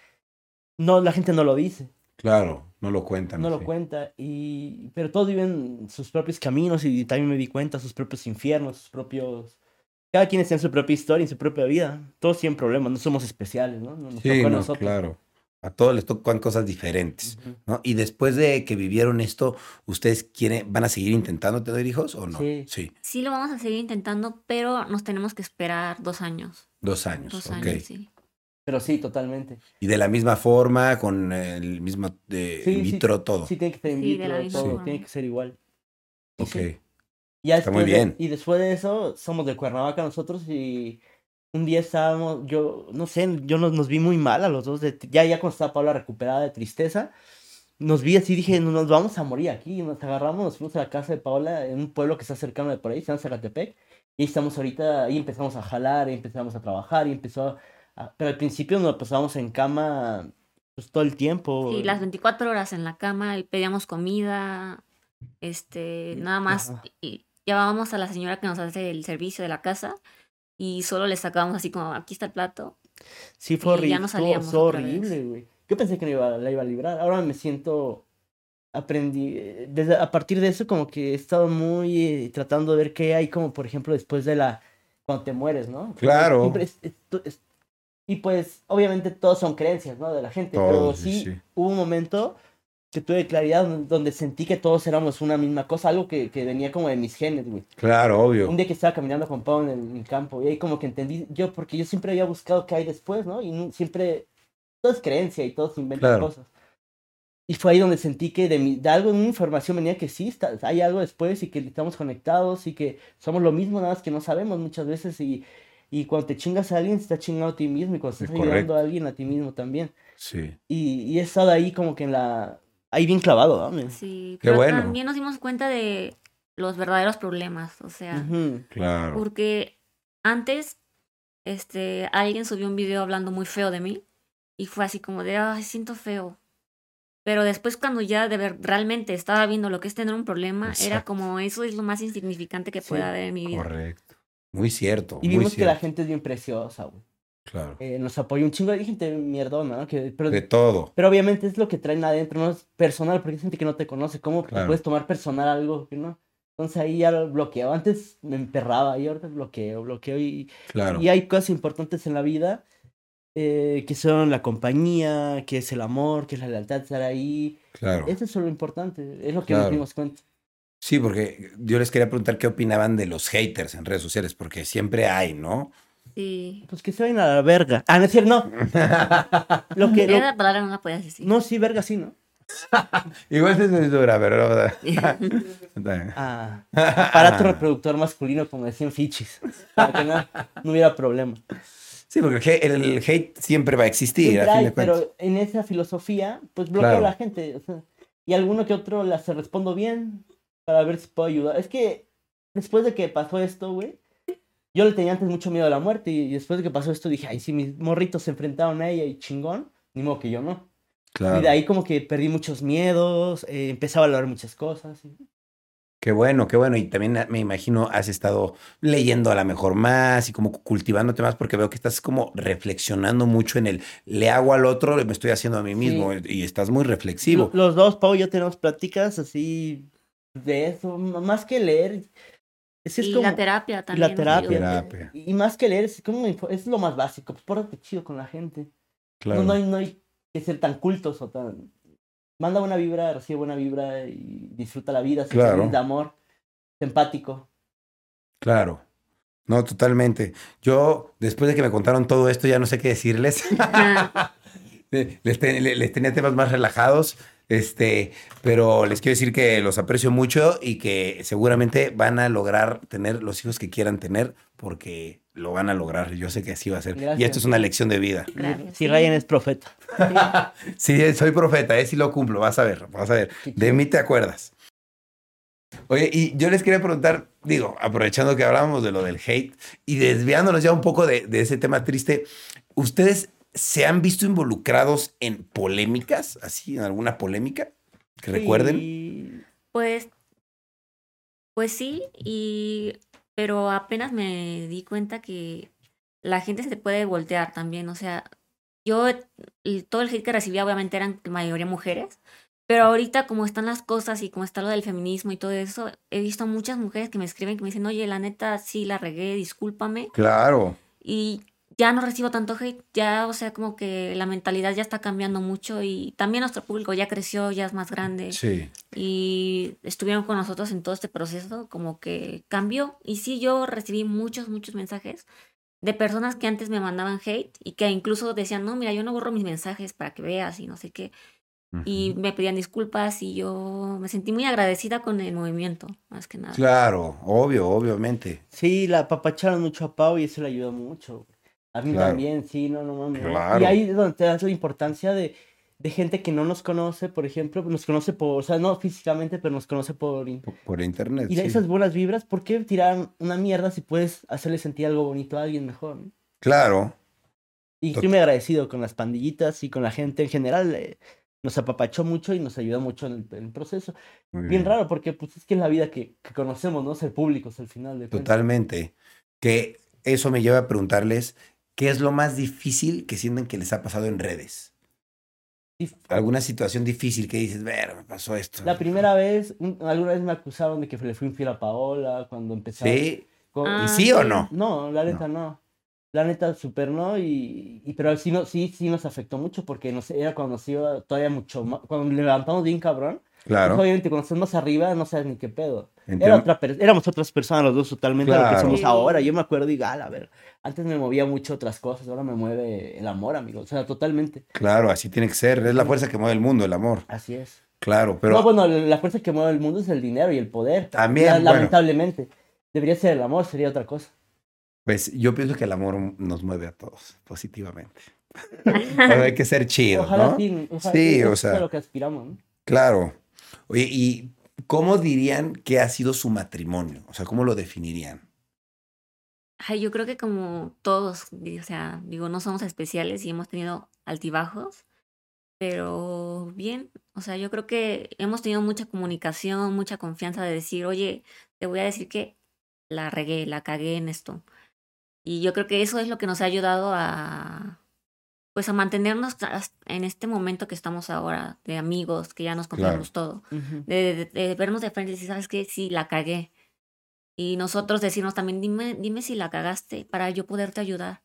no, la gente no lo dice,
Claro, no lo cuentan.
no lo
sí.
cuenta. Y, pero todos viven sus propios caminos y también me di cuenta, sus propios infiernos, sus propios... Cada quien está en su propia historia, en su propia vida. Todos tienen problemas, no somos especiales, ¿no? Nos
Sí,
tocó a
no,
nosotros.
claro. A todos les tocan cosas diferentes,
Ujú.
¿no? Y después de que vivieron esto, ¿ustedes quieren, van a seguir intentando tener hijos o no?
Sí.
Sí lo vamos a seguir intentando, pero nos tenemos que esperar dos años.
dos años,
Dos
ok.
años, sí.
Pero sí, totalmente.
Y de la misma forma, con el mismo eh,
Sí,
in
sí,
vitro, todo.
Sí, tiene que ser in
Sí, de
vitro,
la misma
todo,
forma.
tiene que ser igual. Y
ok.
sí, ya
Está muy
después de-
bien.
y después de eso, somos de Cuernavaca nosotros y un día estábamos, yo, no sé, yo nos, nos vi muy mal a los dos, de, ya, ya cuando estaba Paula recuperada de tristeza, nos vi así, dije, "No, nos vamos a morir aquí, y nos agarramos, nos fuimos a la casa de Paula en un pueblo que está cercano de por ahí, se llama Zacatepec, y ahí estamos ahorita, y empezamos a jalar, y empezamos a trabajar, y empezó a- pero al principio nos pasábamos en cama pues, todo el tiempo.
Sí, las 24 horas en la cama y pedíamos comida, este, nada más
Ajá.
y llamábamos a la señora que nos hace el servicio de la casa y solo le sacábamos así como, aquí está el plato.
Sí, fue
Y
horrible.
ya no salíamos
fue
otra vez.
horrible, güey. Yo pensé que no iba, la iba a librar. Ahora me siento. Aprendí. eh, Desde, a partir de eso, como que he estado muy eh, tratando de ver qué hay, como por ejemplo, después de la. Cuando te mueres, ¿no?
Claro.
Siempre es- es- tú- es- y pues, obviamente, todos son creencias, ¿no? De la gente. pero
Todo,
sí,
sí, sí.
hubo un momento que tuve claridad donde- donde sentí que todos éramos una misma cosa, algo que, que venía como de mis genes, güey.
Claro, obvio.
Un día que estaba caminando con Pau en el, en el campo y ahí como que entendí yo, porque yo siempre había buscado qué hay después, ¿no? Y nu- siempre, todo es creencia y todos inventan
Claro.
cosas. Y fue ahí donde sentí que de, mi, de algo, de una información venía que sí, está- hay algo después y que estamos conectados y que somos lo mismo, nada más que no sabemos muchas veces y, y cuando te chingas a alguien, te está chingando a ti mismo y cuando
Es
estás ayudando a alguien, a ti mismo también.
Sí.
Y, y he estado ahí como que en la... Ahí bien clavado, dame.
Sí,
Mm. Qué
pero
bueno.
también nos dimos cuenta de los verdaderos problemas, o sea,
Ujú.
Claro.
porque antes este alguien subió un video hablando muy feo de mí y fue así como de, ay, siento feo. Pero después cuando ya de ver, realmente estaba viendo lo que es tener un problema, era
Exacto.
como eso es lo más insignificante que
Sí,
pueda haber en mi vida.
Correcto. Muy cierto.
Y
muy
vimos
cierto.
que la gente es bien preciosa, güey.
Claro.
Eh, nos apoyó un chingo de gente mierdona, ¿no? Que, pero,
De todo.
pero obviamente es lo que traen adentro, no es personal, porque es gente que no te conoce. ¿Cómo te
Claro.
puedes tomar personal algo que no? Entonces ahí ya lo bloqueo. Antes me emperraba y ahora bloqueo, bloqueo y
Claro.
Y hay cosas importantes en la vida eh, que son la compañía, que es el amor, que es la lealtad, estar ahí.
Claro.
Eso es lo importante, es lo que
Claro.
nos dimos cuenta.
Sí, porque yo les quería preguntar qué opinaban de los haters en redes sociales, porque siempre hay, ¿no?
Sí.
Pues que se vayan a la verga. Ah, no es cierto, no. Lo que, lo-
Era la palabra no la podías decir.
No, sí, verga, sí, ¿no?
Igual se censura, pero.
Ah, aparato reproductor masculino, como decían fichis. Para que no, no hubiera problema.
Sí, porque el hate- el, el hate siempre va a existir,
Siempre
a fin
hay,
de cuentas.
pero en esa filosofía, pues bloqueo
Claro.
a la gente. o sea, y alguno que otro las respondo bien para ver si puedo ayudar. Es que después de que pasó esto, güey, yo le tenía antes mucho miedo a la muerte. Y, y después de que pasó esto, dije, ay, si mis morritos se enfrentaron a ella y chingón, ni modo que yo no.
Claro.
Y de ahí como que perdí muchos miedos, eh, empecé a valorar muchas cosas. y-
Qué bueno, qué bueno. Y también ah, me imagino has estado leyendo a la mejor más y como cultivándote más porque veo que estás como reflexionando mucho en el le hago al otro, me estoy haciendo a mí mismo y estás muy reflexivo.
Lo- Los dos, Pau y yo, tenemos pláticas así de eso, m- más que leer. Es que es
y
como...
la terapia
Y
también.
la
nos
terapia.
ayuda.
Terapia.
Y y más que leer, es, como info- es lo más básico. Pues pórtate chido con la gente. No, no hay, no hay que ser tan cultos o tan. Manda buena vibra, recibe buena vibra y disfruta la vida. sé
Claro.
feliz de amor, sé empático.
Claro. No, totalmente. Yo, después de que me contaron todo esto, ya no sé qué decirles. Eh, les, te- le- les tenía temas más relajados, este, pero les quiero decir que los aprecio mucho y que seguramente van a lograr tener los hijos que quieran tener porque lo van a lograr. Yo sé que así va a ser. Y
Gracias.
esto es una lección de vida.
Gracias,
Si
sí.
Ryan es profeta.
Sí, soy profeta, ¿eh? sí lo cumplo, vas a ver, vas a ver. De mí te acuerdas. Oye, y yo les quería preguntar, digo, aprovechando que hablábamos de lo del hate y desviándonos ya un poco de, de ese tema triste, ¿ustedes se han visto involucrados en polémicas, así, en alguna polémica? Que recuerden.
Y-
Pues, pues sí, y pero apenas me di cuenta que la gente se te puede voltear también. O sea, yo el- todo el hate que recibía obviamente eran la mayoría mujeres, pero ahorita como están las cosas y como está lo del feminismo y todo eso, he visto muchas mujeres que me escriben que me dicen, oye, la neta sí la regué, discúlpame.
Claro,
Y ya no recibo tanto hate, ya, o sea, como que la mentalidad ya está cambiando mucho y también nuestro público ya creció, ya es más grande
sí.
y estuvieron con nosotros en todo este proceso, como que cambió. Y sí, yo recibí muchos, muchos mensajes de personas que antes me mandaban hate y que incluso decían, no, mira, yo no borro mis mensajes para que veas y no sé qué. Y me pedían disculpas y yo me sentí muy agradecida con el movimiento, más que nada.
Claro, obvio, obviamente.
Sí, la apapacharon mucho a Pau y eso le ayudó mucho. A mí
Claro.
también, sí, no, no mames.
Claro.
Y ahí es donde te das la importancia de, de gente que no nos conoce, por ejemplo, nos conoce por, o sea, no físicamente, pero nos conoce por in-
Por, por internet.
Y de
sí.
esas buenas vibras, ¿por qué tirar una mierda si puedes hacerle sentir algo bonito a alguien mejor? no?
Claro,
Y
Tot-
estoy muy agradecido con las pandillitas y con la gente en general. eh, nos apapachó mucho y nos ayudó mucho en el, en el proceso.
muy
Bien raro, porque pues es que es la vida que, que conocemos, ¿no? Ser públicos al final de cuentas.
Totalmente. Que eso me lleva a preguntarles qué es lo más difícil que sienten que les ha pasado en redes.
Dif-
Alguna situación difícil que dices, ver, me pasó esto.
La primera vez, un- alguna vez me acusaron de que le fui infiel a Paola cuando empezaba.
Sí.
con-
Ah.
¿Y sí o no?
No, la neta no. La neta super no y, y- pero sí no sí sí nos afectó mucho porque nos era cuando nos iba todavía mucho más cuando levantamos bien cabrón. pues,
Claro.
obviamente cuando estás más arriba no sabes ni qué pedo.
Entiendo.
Era otra per- éramos otras personas los dos totalmente a lo
Claro.
que somos
Sí.
ahora. Yo me acuerdo y gala, a ver, antes me movía mucho otras cosas, ahora me mueve el amor, amigo. O sea, totalmente.
Claro, así tiene que ser. Es la fuerza que mueve el mundo, el amor.
Así es.
Claro, pero
No, bueno, la la fuerza que mueve el mundo es el dinero y el poder.
También,
La-
bueno.
lamentablemente. Debería ser el amor, sería otra cosa.
pues yo pienso que el amor nos mueve a todos positivamente. Pero hay que ser chido,
Ojalá
¿no?
sí, ojalá
Sí,
sí,
o
eso es
sea.
a lo que aspiramos. ¿no?
Claro. Oye, ¿y cómo dirían que ha sido su matrimonio? O sea, ¿cómo lo definirían?
Ay, yo creo que como todos, di- o sea, digo, no somos especiales y hemos tenido altibajos, pero bien, o sea, yo creo que hemos tenido mucha comunicación, mucha confianza de decir, oye, te voy a decir que la regué, la cagué en esto. Y yo creo que eso es lo que nos ha ayudado a, pues, a mantenernos as- en este momento que estamos ahora, de amigos, que ya nos confiamos todo
Ujú.
de, de- de vernos de frente y decir, ¿sabes qué? Sí, la cagué. Y nosotros decirnos también, dime, dime si la cagaste para yo poderte ayudar.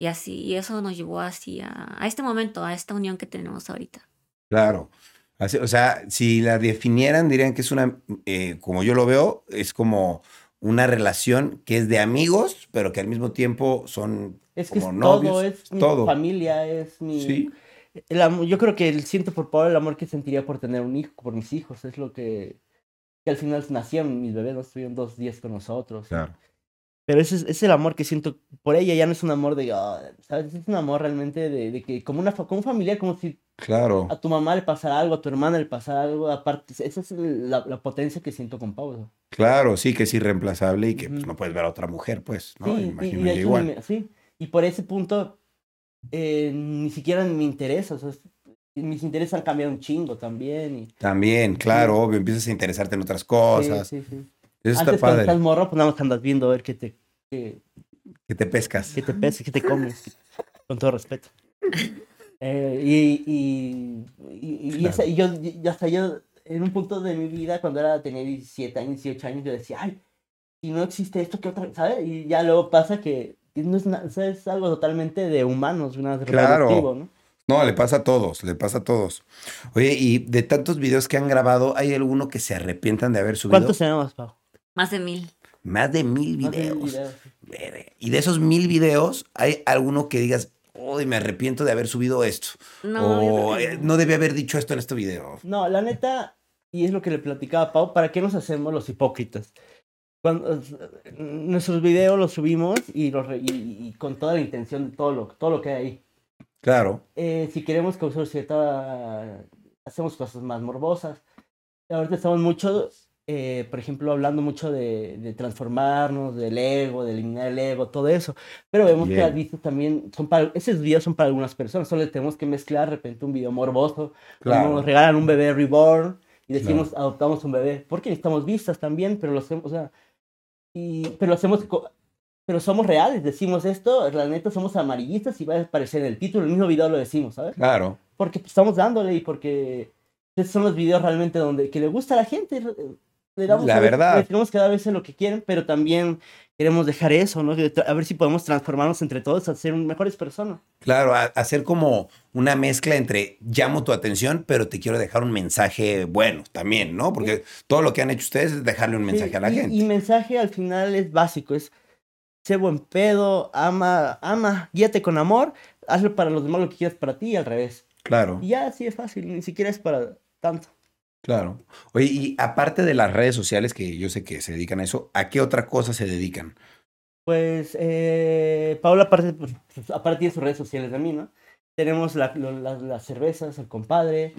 Y así, y eso nos llevó así a, a este momento, a esta unión que tenemos ahorita.
Claro. Así- o sea, si la definieran, dirían que es una, eh, como yo lo veo, es como una relación que es de amigos, pero que al mismo tiempo son
Es que
como
es todo,
novios.
es mi
todo.
familia, es mi...
Sí,
el am- yo creo que el- siento por Pablo el amor que sentiría por tener un hijo, por mis hijos, es lo que, que al final nacieron mis bebés, no estuvieron dos días con nosotros.
claro.
Pero ese es, es el amor que siento por ella, ya no es un amor de, "Ah", ¿sabes? Es un amor realmente de, de que como una fa- como un familiar, como si
Claro.
a tu mamá le pasara algo, a tu hermana le pasara algo, aparte, esa es el- la, la potencia que siento con Pablo.
Claro, sí que es irreemplazable y que pues,
Ujú.
no puedes ver a otra mujer, pues, ¿no?
sí, y-
Imagino
y, de
yo
hecho ni
igual.
me- sí, y por ese punto eh, ni siquiera me interesa, o sea, es- mis intereses han cambiado un chingo también. Y,
También, claro, obvio, empiezas a interesarte en otras cosas.
sí, sí, sí.
Eso está
Antes cuando estás
padre,
morro, pues nada más andas viendo a ver qué te, qué,
que te pescas.
qué te pesa, qué te comes, con todo respeto. Eh, y, y, y, y
Claro.
esa- y yo, y hasta yo, en un punto de mi vida, cuando era, tenía 17 años, 18 años, yo decía, ay, si no existe esto, ¿qué otra? ¿Sabes? Y ya luego pasa que no es, na- o sea, es algo totalmente de humanos, una
Claro.
reproductivo, ¿no?
No, le pasa a todos, le pasa a todos. Oye, y de tantos videos que han grabado, ¿hay alguno que se arrepientan de haber subido?
¿Cuántos tenemos, Pau?
Más de mil.
Más de mil
Más de mil
videos.
videos.
Verga. Y de esos mil videos, ¿hay alguno que digas, uy, me arrepiento de haber subido esto?
No, yo
Oh,
o
creo que
"Eh,
no.
no debí haber dicho esto en este video.
No, la neta, y es lo que le platicaba a Pau, ¿para qué nos hacemos los hipócritas? Cuando, eh, nuestros videos los subimos y, los re- y- y con toda la intención de todo lo, todo lo que hay ahí.
Claro,
Eh, si queremos causar cierta... hacemos cosas más morbosas. Ahorita estamos mucho, eh, por ejemplo, hablando mucho de, de transformarnos, del ego, de eliminar el ego, todo eso. Pero vemos que
Bien.
las vistas también son para... Esos videos son para algunas personas, solo le tenemos que mezclar de repente un video morboso cuando
claro.
Nos regalan un bebé reborn y decimos adoptamos un bebé. Porque necesitamos vistas también, pero lo hacemos, o sea, y, pero lo hacemos, co- pero somos reales, decimos esto, la neta somos amarillistas y va a aparecer en el título, en el mismo video lo decimos, ¿sabes?
Claro,
Porque pues, estamos dándole y porque esos son los videos realmente donde que le gusta a la gente. eh, Le damos
La
a veces-
verdad.
Le tenemos que dar a veces lo que quieren, pero también queremos dejar eso, ¿no? De tra- A ver si podemos transformarnos entre todos a ser mejores personas.
claro, a- hacer como una mezcla entre llamo tu atención, pero te quiero dejar un mensaje bueno también, ¿no? Porque todo lo que han hecho ustedes es dejarle un
Sí,
mensaje a la
y,
gente.
Y mensaje al final es básico, es sé buen pedo, ama, ama, guíate con amor, hazlo para los demás lo que quieras para ti y al revés.
Claro.
Y ya así es fácil, ni siquiera es para tanto.
Claro. Oye, y aparte de las redes sociales, que yo sé que se dedican a eso, ¿a qué otra cosa se dedican?
Pues eh, Paula aparte, pues, aparte tiene sus redes sociales de mí, ¿no? Tenemos la- lo- las- las cervezas, el compadre.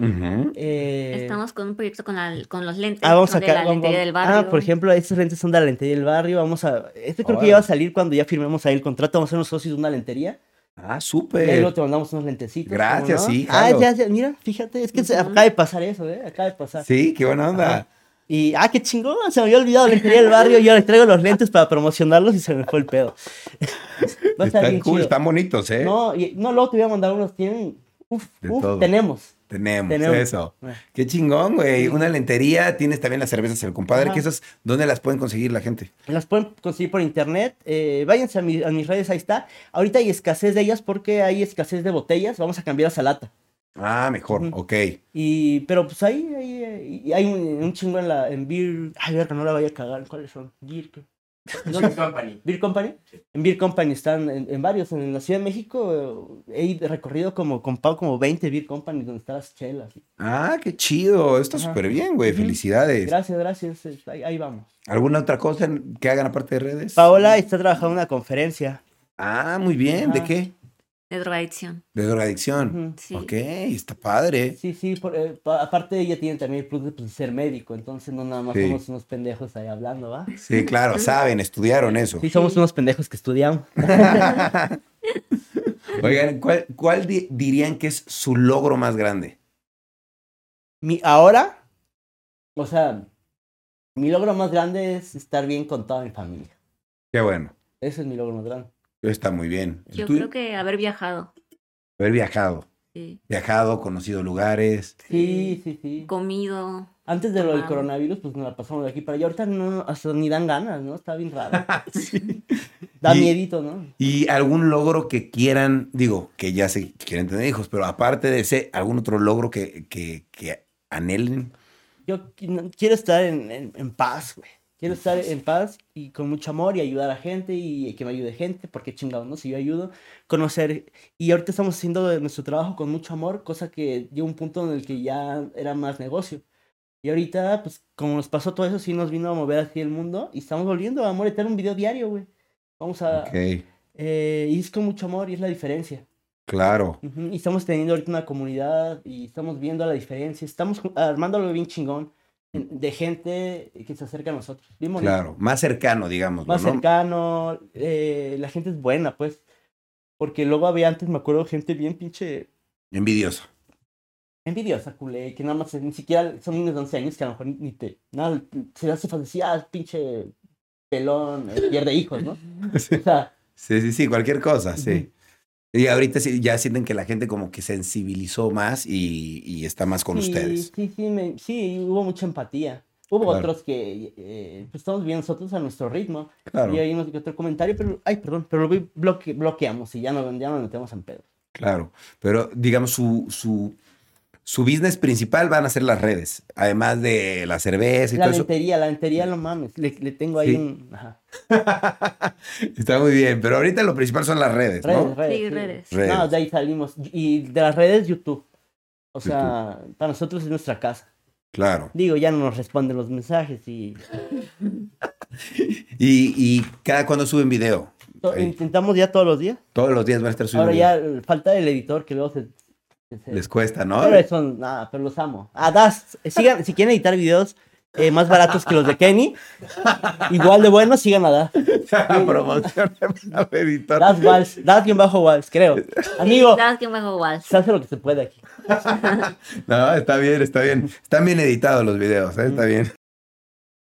eh,
Estamos con un proyecto con, la- con los lentes
Ah, vamos a
son de
sacar.
la lentería del barrio.
Ah, por ejemplo, estos lentes son de la lentería del barrio. Vamos a. Este creo que ya va a salir cuando ya firmemos ahí el contrato. Vamos a ser unos socios de una lentería. Y
Ah,
ahí luego
súper.
te mandamos unos lentecitos. ¿cómo
Gracias,
no?
sí,
Ah,
jalo.
ya, ya, mira, fíjate, es que se-
Ujú.
acaba de pasar eso, ¿eh? Acaba de pasar.
Sí, qué buena onda.
Ajá. Y, ah, qué chingón, se me había olvidado, le tenía el barrio, yo les traigo los lentes para promocionarlos y se me fue el pedo. Va a estar
Están
bien
cool,
chido.
están bonitos, ¿eh?
No, y- no, luego te voy a mandar unos, tienen, uf,
De
uf,
todo.
tenemos.
Tenemos,
Tenemos.
eso.
Eh.
Qué chingón, güey.
Sí.
Una lentería, tienes también las cervezas El Compadre,
Ajá.
que esas, ¿dónde las pueden conseguir la gente?
Las pueden conseguir por internet. eh, váyanse a, mi- a mis redes, ahí está. Ahorita hay escasez de ellas porque hay escasez de botellas. Vamos a cambiarlas a lata.
Ah, mejor,
Ujú.
ok.
Y, pero pues ahí, ahí, eh, y hay un, un chingo en la, en Beer, ay, verga, no la vaya a cagar, ¿cuáles son? Beer, ¿qué? No,
Beer Company.
Beer Company. En Beer Company están en, en varios, en la Ciudad de México eh, he ido- recorrido como, con Pau, como 20 Beer Company donde están las chelas.
Ah, qué chido. Está
Ajá.
súper bien, güey.
Ujú.
Felicidades.
Gracias, gracias, eh, ahí, ahí vamos.
¿Alguna otra cosa que hagan aparte de redes?
Paola está trabajando en una conferencia
Ah, muy bien. ¿De
Ajá.
qué?
de drogadicción.
de drogadicción.
Ujú.
Sí.
Ok, está padre.
Sí, sí, por- eh, pa- aparte ella tiene también el plus de pues, ser médico, entonces no nada más
Sí.
somos unos pendejos ahí hablando, ¿va?
Sí, claro, saben, estudiaron eso.
Sí, somos unos pendejos que estudiamos.
Oigan, ¿cuál, cuál di- dirían que es su logro más grande?
Mi, ahora, o sea, mi logro más grande es estar bien con toda mi familia.
Qué bueno.
Ese es mi logro más grande.
Está muy bien. ¿El
Yo
tuyo?
creo que haber viajado. eh,
Haber viajado.
sí.
Viajado, conocido lugares.
Sí, sí, sí.
Comido.
Antes de lo del
Ah.
coronavirus, pues nos la pasamos de aquí para allá. Ahorita no, hasta ni dan ganas, ¿no? Está bien raro.
Sí.
Da
Y-
miedito, ¿no?
¿Y algún logro que quieran, digo, que ya se quieren tener hijos, pero aparte de ese, algún otro logro que, que, que anhelen?
Yo qui- no- quiero estar en, en- en paz, güey. Quiero estar en paz y con mucho amor y ayudar a gente y que me ayude gente, porque chingados, ¿no? Si yo ayudo, conocer. Y ahorita estamos haciendo de nuestro trabajo con mucho amor, cosa que llegó un punto en el que ya era más negocio. Y ahorita, pues, como nos pasó todo eso, sí nos vino a mover así el mundo y estamos volviendo a amor eterno, un video diario, güey. Vamos a.
Ok,
eh, y es con mucho amor y es la diferencia.
claro.
Ujú, Y estamos teniendo ahorita una comunidad y estamos viendo la diferencia, estamos ju- armándolo bien chingón en- de gente que se acerca a nosotros. Bien bonito.
Claro, más cercano, digamos.
Más
¿no?
cercano, eh, la gente es buena, pues. Porque luego había antes, me acuerdo, gente bien pinche
Envidioso.
envidiosa, culé, que nada más eh, ni siquiera son niños de 11 años que a lo mejor ni te. Nada, se hace fácil decir, ah, pinche pelón, eh, pierde hijos, ¿no? O sea,
Sí, sí, sí, cualquier cosa,
Ujú.
sí. Y ahorita sí, ya sienten que la gente como que sensibilizó más y, y está más con
sí,
ustedes.
Sí, sí, me- sí, hubo mucha empatía. Hubo
Claro.
otros que eh, pues, estamos bien nosotros a nuestro ritmo.
Claro,
Y ahí nos dio otro comentario, pero, ay, perdón, pero lo vi- bloque- bloqueamos y ya no ya nos metemos en pedo.
claro. Pero digamos, su, su, su business principal van a ser las redes, además de la cerveza y
La
todo eso.
lentería, la lentería, no mames, le, le tengo ahí
pues, Sí.
un... Ajá.
Está muy bien, pero ahorita lo principal son las redes,
Redes,
¿no?
redes,
Sí, redes.
No,
Redes.
de ahí salimos. Y de las redes, YouTube. O sea, para nosotros es nuestra casa.
Claro.
Digo, ya no nos responden los mensajes y
Y, y cada cuando suben video.
to-
Ahí.
intentamos ya todos los días.
Todos los días van a estar subiendo.
Ahora
video.
ya eh, falta el editor que luego se... se- se-
Les cuesta, ¿no?
Pero eso, nada, pero los amo. Ah, das, sigan, si quieren editar videos eh, más baratos que los de Kenny, igual de buenos, sigan a Das.
Promoción de editor.
Das Vals, Das bien bajo Vals, creo. Amigo,
Sabes que me hago vals.
se hace lo que se puede aquí.
No, está bien, está bien. Están bien editados los videos, ¿eh? está
Mm.
bien.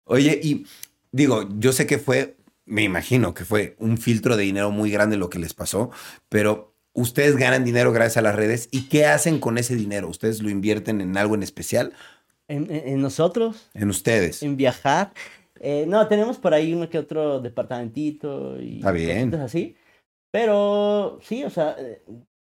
Oye, y digo, yo sé que fue, me imagino que fue un filtro de dinero muy grande lo que les pasó, pero ustedes ganan dinero gracias a las redes. ¿Y qué hacen con ese dinero? ¿Ustedes lo invierten en algo en especial?
En, en- en nosotros,
En ustedes.
en viajar. Eh, no, tenemos por ahí uno que otro departamentito y
Está bien.
cositas así. Pero sí, o sea, eh,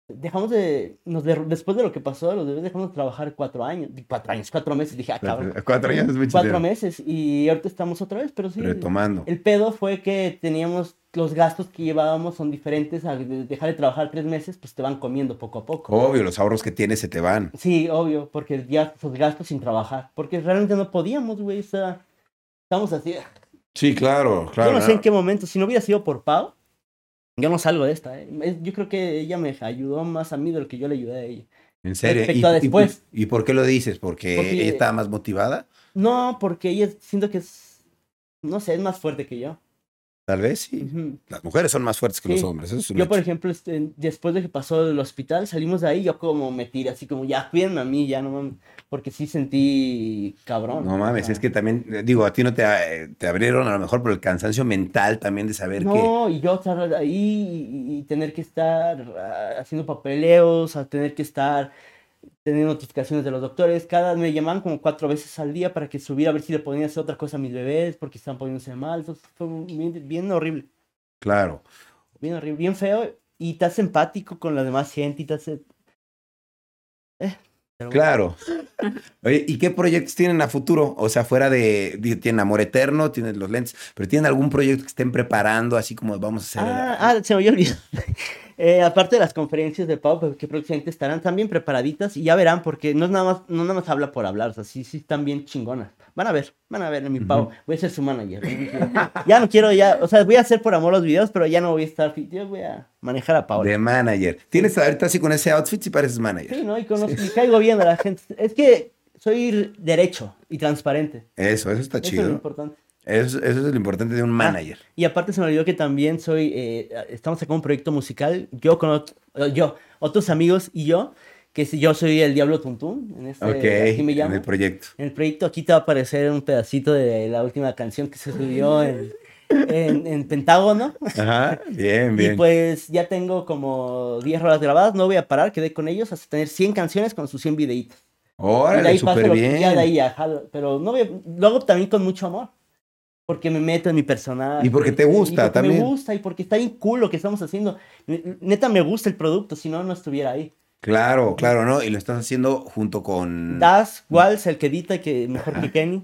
dejamos de, nos derru- después de lo que pasó, los bebés dejamos de trabajar cuatro años, cuatro años, cuatro meses, dije, ah, cabrón.
Cuatro años es mucho
Cuatro
dinero.
meses y ahorita estamos otra vez, pero sí.
Retomando.
El pedo fue que teníamos los gastos que llevábamos son diferentes. Al dejar de trabajar tres meses, pues te van comiendo poco a poco.
Obvio, los ahorros que tienes se te van.
Sí, obvio, porque ya sus gastos sin trabajar. Porque realmente no podíamos, güey. O sea, estamos así.
Sí, claro, claro.
yo no sé en qué momento. Si no hubiera sido por Pau, yo no salgo de esta. eh. Es- Yo creo que ella me ayudó más a mí de lo que yo le ayudé a ella.
En serio.
Respecto a después.
¿Y por qué lo dices? ¿Porque,
Porque-
ella estaba más motivada?
No, porque ella siento que es. No sé, es más fuerte que yo.
Tal vez sí.
Ujú.
Las mujeres son más fuertes que
Sí.
los hombres. eso es un
Yo,
hecho.
por ejemplo, este, después de que pasó el hospital, salimos de ahí, yo como me tiré, así como, ya, cuídenme a mí, ya no mames, porque sí sentí cabrón.
No mames,
o sea.
es que también, eh, digo, a ti no te, eh, te abrieron a lo mejor por el cansancio mental también de saber que...
No, y yo estar ahí y, y tener que estar ah, haciendo papeleos, a tener que estar teniendo notificaciones de los doctores, cada me llamaban como cuatro veces al día para que subiera a ver si le podían hacer otra cosa a mis bebés, porque estaban poniéndose mal, entonces fue bien, bien horrible.
Claro,
bien horrible, bien feo y te hace empático con la demás gente y te hace... Eh, pero bueno.
claro. Oye, ¿y qué proyectos tienen a futuro? O sea, fuera de, di- tienen Amor Eterno, tienen los lentes, pero ¿tienen algún proyecto que estén preparando así como vamos a hacer?
Ah,
el-
ah, se me había olvidado. Eh, aparte de las conferencias de Pau, pues, que próximamente estarán también preparaditas y ya verán, porque no es nada más, no nada más habla por hablar, o sea, sí, sí están bien chingonas. Van a ver, van a ver en mi pavo. Voy a ser su manager. ya no quiero, ya, o sea, voy a hacer por amor los videos, pero ya no voy a estar, yo voy a manejar a Paola.
De manager. Tienes ahorita así con ese outfit si pareces
Sí,
manager.
¿no? Y conozco, y caigo bien a la gente. Es que soy derecho y transparente.
Eso, eso está
Eso es lo
chido.
importante. Ah.
Eso, eso es lo importante de un manager.
Y aparte se me olvidó que también soy, eh, estamos sacando un proyecto musical, yo con ot- eh, yo, otros amigos y yo, que si yo soy el Diablo Tuntún, en este,
ok,
así me
en
llamo.
el proyecto.
En el proyecto aquí te va a aparecer un pedacito de la última canción que se subió en, en, en Pentágono.
Ajá, bien,
Y
bien.
pues ya tengo como 10 rolas grabadas, no voy a parar, quedé con ellos hasta tener 100 canciones con sus 100 videitos. Y de
Órale,
ahí pasa
súper
lo que-
bien.
ya de ahí ya jalo, pero no voy- lo hago también con mucho amor. Porque me meto en mi personaje.
Y porque te gusta
porque
también.
Me gusta y porque está bien cool lo que estamos haciendo. N- Neta me gusta el producto, si no, no estuviera ahí.
Claro, claro, ¿no? Y lo estás haciendo junto con...
Das, Walls, el que edita, que mejor que Kenny.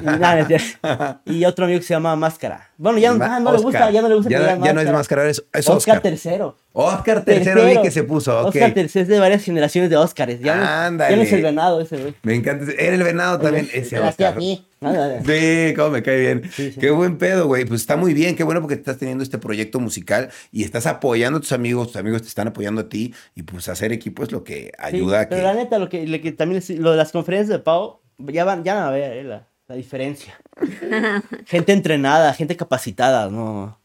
y, nada, es cierto. Y otro amigo que se llama Máscara. Bueno, ya
Ma-
ah, no le gusta,
Oscar.
ya no le gusta. que
Ya,
le
ya
digan
no es máscara, es, es
Oscar
Oscar.
tercero.
Oscar tercero, vi que se puso, ok.
Oscar tercero es de varias generaciones de Oscars. Ya, no- ya no es
Ándale.
el venado ese, güey.
Me encanta. ese- Era el venado también, ese
Gracias a
Oscar.
ti. Nada, nada.
Sí, cómo me cae bien.
Sí, sí.
Qué buen pedo, güey. Pues está muy bien, qué bueno porque estás teniendo este proyecto musical y estás apoyando a tus amigos, tus amigos te están apoyando a ti y pues hacer equipo es lo que
Sí,
ayuda a
pero la
que...
neta, lo que, lo que también es- lo de las conferencias de Pau, ya van, ya van a ver eh, la, la diferencia. gente entrenada, gente capacitada, no.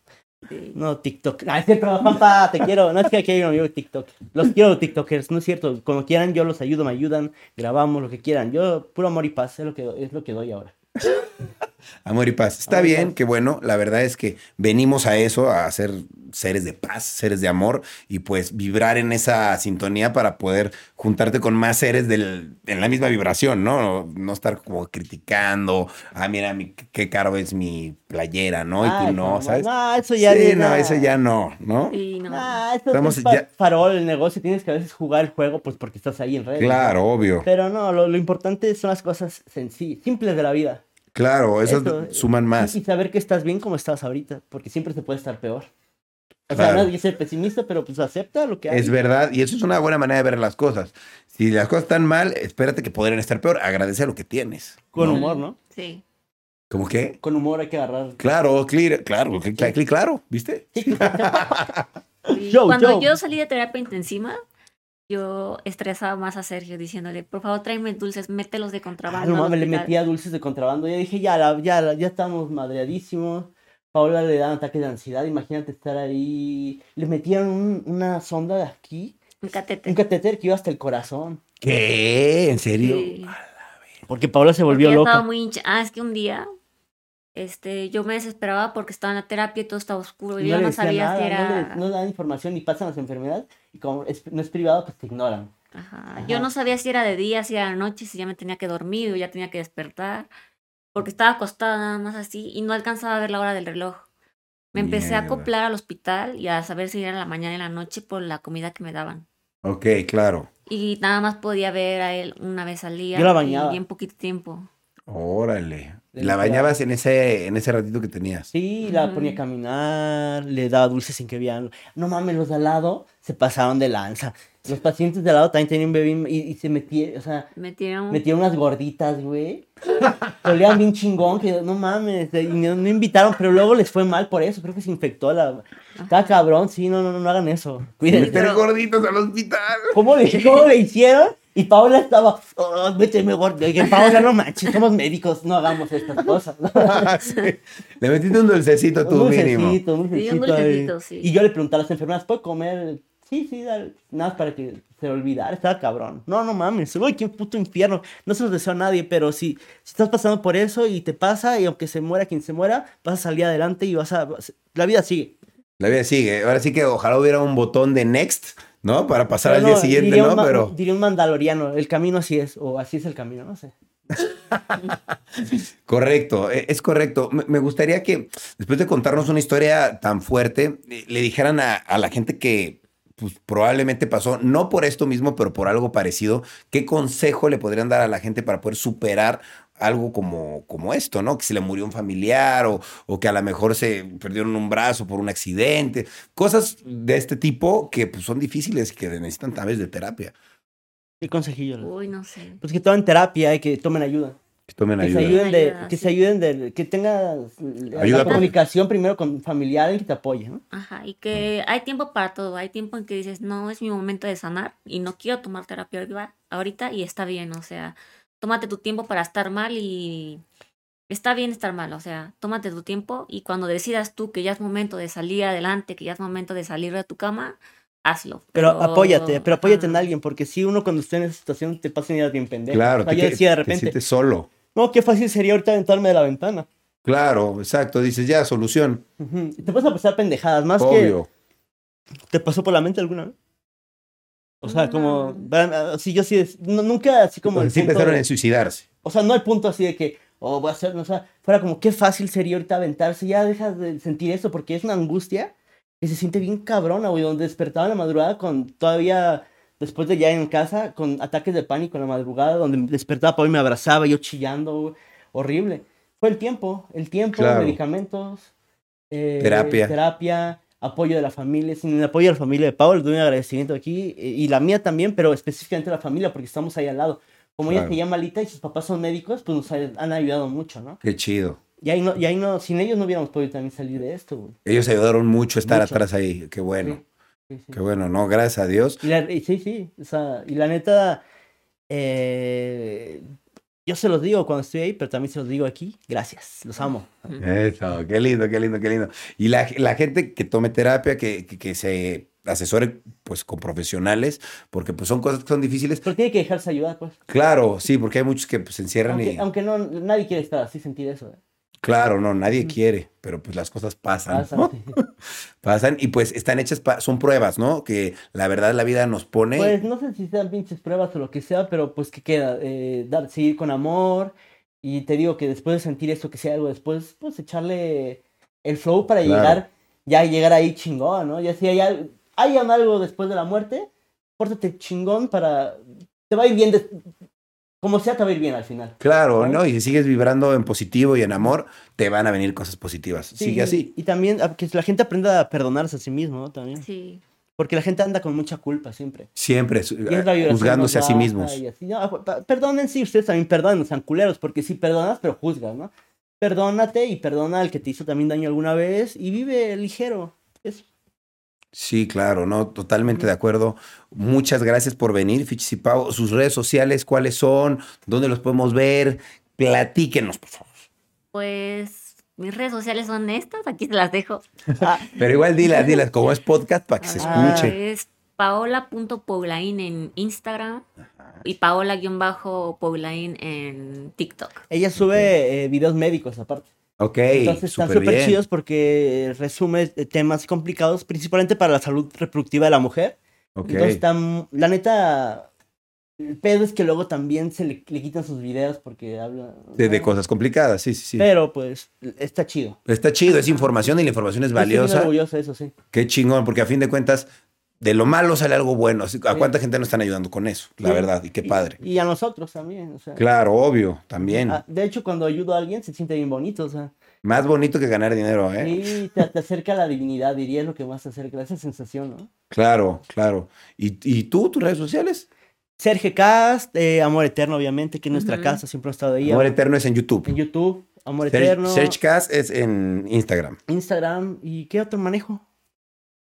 No, TikTok. Ah, es cierto, papá, te quiero. No es que aquí hay un amigo de TikTok. Los quiero, TikTokers, no es cierto. Cuando quieran, yo los ayudo, me ayudan, grabamos lo que quieran. Yo, puro amor y paz, es lo que, es lo que doy ahora.
Amor y paz. Está
Amor y
bien,
paz.
qué bueno. La verdad es que venimos a eso, a ser seres de paz, seres de amor y pues vibrar en esa sintonía para poder juntarte con más seres del- en la misma vibración, ¿no? No estar como criticando, ah, mira, mi- qué caro es mi playera, ¿no? Y
Ah,
tú no,
como,
¿sabes?
No, eso ya
sí,
ni
no,
nada.
eso ya no, ¿no?
Y no.
Nah, Ah, esto
Estamos
es pa-
ya-
farol, el negocio. Tienes que a veces jugar el juego, pues porque estás ahí en redes.
Claro, obvio.
Pero no, lo, lo importante son las cosas sencillas, simples de la vida.
Claro, esas
Eso,
suman más.
Y, y saber que estás bien como estás ahorita, porque siempre se puede estar peor. O sea,
Claro.
no hay que ser pesimista, pero pues acepta lo que hay.
Es verdad, y eso es una buena manera de ver las cosas. Si las cosas están mal, espérate que podrían estar peor. Agradece lo que tienes.
Con
¿no?
humor, ¿no?
Sí.
¿Cómo qué?
Con humor hay que agarrar.
Claro, clear- claro, cl- cl- cl- claro, ¿viste?
Sí,
Yo,
Cuando
yo.
yo. salí de terapia intensiva, yo estresaba más a Sergio diciéndole, por favor, tráeme dulces, mételos de
Ah,
contrabando.
no
al
mames, le
hospital".
metía dulces de contrabando. Ya dije, ya, la- ya, la- ya estamos madreadísimos. Paola le dan ataques de ansiedad. Imagínate estar ahí. Le metían un- una sonda de aquí,
Un catete.
un catéter que iba hasta el corazón.
¿Qué? ¿En serio?
Sí.
Porque Paola se volvió
Porque yo
loca.
estaba muy hincha. Ah, es que un día este, yo me desesperaba porque estaba en la terapia y todo estaba oscuro.
Y
Y yo
le
no
decía
sabía
nada,
si
no
era.
le- No, dan información y pasan las enfermedades. Y como es- no es privado, pues te ignoran.
Ajá,
Ajá.
Yo no sabía si era de día, si era de noche, si ya me tenía que dormir o ya tenía que despertar. Porque estaba acostada nada más así y no alcanzaba a ver la hora del reloj. Me empecé a
Mierda.
acoplar al hospital y a saber si era la mañana y la noche por la comida que me daban.
Ok, claro.
Y nada más podía ver a él una vez al día.
Yo la
y
bañaba.
bien poquito tiempo.
Órale.
De
La
literal.
bañabas en ese, en ese ratito que tenías.
Sí, la
Ujú.
ponía a caminar, le daba dulces sin que vieran. No mames, los de al lado se pasaron de lanza. Los pacientes de al lado también tenían bebé y, y se metían, o sea,
Me tiraron.
metían unas gorditas, güey. Olían bien chingón, que no mames, y no, no invitaron, pero luego les fue mal por eso, creo que se infectó la... Está cabrón, sí, no, no, no, no hagan eso. Cuídense.
Meter gorditos al hospital.
¿Cómo le, cómo le hicieron? Y Paola estaba, oh, méteme gordo. Y Paola, no manches, somos médicos, no hagamos estas cosas.
Sí. Le metiste un dulcecito tú
un
mínimo.
dulcecito, un
Sí, un
dulcecito ahí.
dulcecito, sí.
Y yo le preguntaba a las enfermeras, ¿puedo comer? Sí, sí, dale. Nada más para que se olvidara, estaba cabrón. No, no mames, uy, qué puto infierno. No se los deseo a nadie, pero si, si estás pasando por eso y te pasa, y aunque se muera quien se muera, vas a salir adelante y vas a... vas- La vida sigue.
La vida sigue. Ahora sí que ojalá hubiera un botón de next, ¿no? Para pasar
Pero
al
no,
día siguiente,
diría un
¿no?
ma-
Pero
Diría un mandaloriano, el camino así es, o así es el camino, no sé.
correcto, e- es correcto. Me- Me gustaría que después de contarnos una historia tan fuerte, eh, le dijeran a, a la gente que pues, probablemente pasó, no por esto mismo, pero por algo parecido, ¿qué consejo le podrían dar a la gente para poder superar algo como, como esto, ¿no? Que se le murió un familiar o, o que a lo mejor se perdieron un brazo por un accidente, cosas de este tipo que pues, son difíciles y que necesitan tal vez de terapia.
¿Qué consejillo?
Uy, no sé.
Pues que tomen terapia y que tomen ayuda.
Que tomen
Que se
ayuda.
ayuden de,
Ayuda,
que
sí.
se ayuden de, que tengas eh,
Ayuda
la
por-
comunicación primero con familiar, alguien que te apoye, ¿no?
Ajá, y que hay tiempo para todo. Hay tiempo en que dices, no, es mi momento de sanar y no quiero tomar terapia ahorita- ahorita y está bien. O sea, tómate tu tiempo para estar mal y está bien estar mal. O sea, tómate tu tiempo y cuando decidas tú que ya es momento de salir adelante, que ya es momento de salir de tu cama, hazlo.
Pero apóyate, pero apóyate en
Oh, ajá.
alguien, porque si uno cuando está en esa situación te pasan ideas bien pendejas.
Claro,
O sea,
te,
yo
que-
decía de
te
repente,
sientes solo.
no, qué fácil sería ahorita aventarme de la ventana.
Claro, exacto. Dices, ya, solución.
Ujú. Te puedes a pasar pendejadas, más
Obvio.
que te pasó por la mente alguna vez. O sea, como,
No.
para- sí, yo sí, es- no- nunca así como...
Como
el
sí
punto
empezaron
de-
en suicidarse.
O sea, no al punto así de que, oh, voy a hacer, no, o sea, fuera como, qué fácil sería ahorita aventarse, ya dejas de sentir eso, porque es una angustia que se siente bien cabrona, güey, donde despertaba en la madrugada con todavía, después de ya en casa, con ataques de pánico en la madrugada, donde despertaba para y me abrazaba, yo chillando, güey, horrible. Fue el tiempo, el tiempo,
Claro.
medicamentos, eh,
Terapia.
terapia, apoyo de la familia, sin el apoyo de la familia de Pablo, le doy un agradecimiento aquí, eh, y la mía también, pero específicamente la familia, porque estamos ahí al lado como ella
Claro.
se llama Alita y sus papás son médicos, pues nos ha- han ayudado mucho, ¿no?
Qué chido.
Y ahí no, y ahí no, sin ellos no hubiéramos podido también salir de esto, güey.
Ellos ayudaron mucho a estar
Mucho.
atrás ahí. Qué bueno.
Sí, sí.
Qué bueno, ¿no? Gracias a Dios.
Y la- y sí, sí, o sea, y la neta, eh, yo se los digo cuando estoy ahí, pero también se los digo aquí, gracias, los amo.
Eso, qué lindo, qué lindo, qué lindo. Y la, la gente que tome terapia, que, que, que se asesore pues con profesionales, porque pues son cosas que son difíciles.
Pero tiene que dejarse ayudar, pues.
Claro, sí, porque hay muchos que pues, se encierran y...
Aunque, aunque no, nadie quiere estar así, sentir eso, ¿eh?
Claro, no, nadie quiere, pero pues las cosas pasan.
Pasa,
¿no?
sí.
Pasan y pues están hechas, pa- son pruebas, ¿no? Que la verdad la vida nos pone...
Pues no sé si sean pinches pruebas o lo que sea, pero pues que queda, eh, dar, seguir con amor. Y te digo que después de sentir eso, que sea algo después, pues echarle el flow para
Claro.
llegar, ya llegar ahí chingón, ¿no? Ya si hay, al- hay algo después de la muerte, pórtate chingón para... Te va a ir bien, des- como sea, te va a ir bien al final.
Claro,
¿Sabes?
¿no? Y si sigues vibrando en positivo y en amor, te van a venir cosas positivas.
Sí,
Sigue
y-
así.
Y también a- que la gente aprenda a perdonarse a sí mismo, ¿no? También.
Sí.
Porque la gente anda con mucha culpa siempre.
Siempre su-
Y es la vibración
juzgándose a
más
sí
baja
mismos.
y así. No, ah, pa- pa- perdonen, sí, ustedes también perdonen, sean culeros, porque si perdonas, pero juzgas, ¿no? Perdónate y perdona al que te hizo también daño alguna vez y vive ligero. Es-
Sí, claro, no, totalmente de acuerdo. Muchas gracias por venir, Fichis y Pau. Sus redes sociales, ¿cuáles son? ¿Dónde los podemos ver? Platíquenos, por favor.
Pues mis redes sociales son estas, aquí te las dejo.
Ah,
Pero igual dilas, dilas, como es podcast, para que se
Ah,
escuche.
Es paola.poulain en Instagram y paola-poulain en TikTok.
ella sube eh, videos médicos aparte.
Ok,
Entonces están
súper
súper
bien.
chidos porque eh, resume eh, temas complicados, principalmente para la salud reproductiva de la mujer.
Ok.
Entonces, tam- la neta, el pedo es que luego también se le, le quitan sus videos porque habla...
De, de cosas complicadas, sí, sí, sí.
Pero pues está chido.
Está chido, es información y la información es
Yo estoy bien
valiosa.
orgulloso de eso, sí.
Qué chingón, porque a fin de cuentas, de lo malo sale algo bueno. Así- ¿A
Sí.
cuánta gente nos están ayudando con eso? La
Sí.
verdad, y qué padre.
Y, y a nosotros también, o sea.
Claro, obvio, también.
Ah, de hecho, cuando ayudo a alguien se siente bien bonito, o sea.
Más bonito que ganar dinero, ¿eh?
Sí, te, te acerca a la divinidad, diría es lo que más te acerca, esa sensación, ¿no?
Claro, claro. ¿Y, y tú, tus redes sociales?
Sergio Cast, eh, Amor Eterno, obviamente, que es nuestra
Ujú.
casa, siempre ha estado ahí.
Amor
am-
Eterno es en
En
YouTube.
YouTube, Amor
Ser-
Eterno,
Searchcast es en Instagram.
Instagram, ¿y qué otro manejo?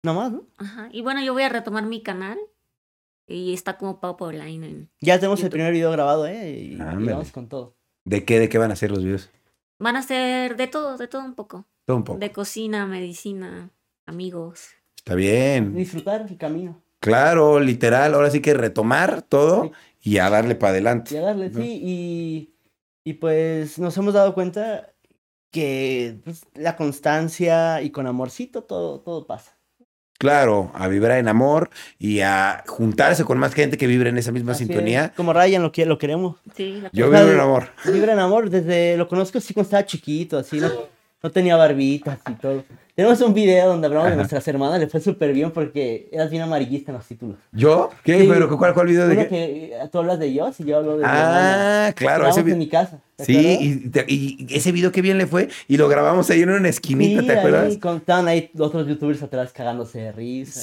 Nada más, ¿no?
Ajá. Y bueno, yo voy a retomar mi canal y está como Pau Paulain en...
Ya tenemos el
YouTube.
primer video grabado, ¿eh? Y, y
Ándale.
vamos con todo.
¿De qué, de qué van a ser los videos?
Van a ser de todo, de todo un poco.
Todo un poco.
De cocina, medicina, amigos.
Está bien.
Disfrutar el camino.
Claro, literal. Ahora sí que retomar todo y a darle para
Y a
adelante.
darle,
¿no?
sí, y, y pues nos hemos dado cuenta que pues, la constancia y con amorcito todo, todo pasa.
Claro, a vibrar en amor y a juntarse con más gente que vibre en esa misma
Así es,
sintonía.
como Ryan lo, quiere- lo queremos.
Sí, la
Yo
Ajá,
vibro en
de-
amor.
Vibra en amor, desde lo conozco así cuando estaba chiquito, así, no, no tenía barbitas y todo. Tenemos un video donde hablamos de nuestras hermanas, le fue súper bien porque eras bien amarillista en los títulos.
¿Yo? ¿Qué?
Sí.
¿Pero cuál, cuál video de
Uno
qué?
que eh, tú hablas de ellos y yo hablo de mi hermana.
Ah, claro.
Grabamos
Ese vi-
en mi casa. ¿te
Sí,
acuerdas?
y, te- y ese video que bien le fue y lo grabamos ahí en una esquinita,
Sí,
¿te
ahí
acuerdas?
con- estaban ahí otros youtubers atrás cagándose de risa.
Sí,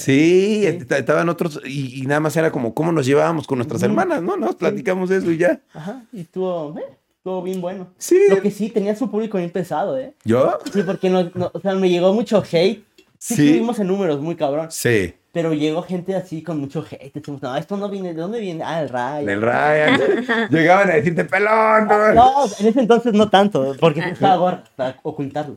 Sí.
est- estaban otros y, y nada más era como cómo nos llevábamos con nuestras hermanas, ¿no? Nos platicamos eso y ya.
Ajá, y estuvo, eh, estuvo bien bueno.
Sí.
Lo que sí, tenía su público bien pesado, ¿eh?
¿Yo?
Sí, porque no, no- o sea, me llegó mucho hate. Sí,
Sí.
subimos en números, muy cabrón.
Sí.
Pero llegó gente así con mucho hate. Decimos, no, esto no viene, ¿de dónde viene? Ah, el rayo.
Del Ryan. Llegaban a decirte pelón. pelón".
No, en ese entonces no tanto, eh, porque estaba gorda para ocultarlo.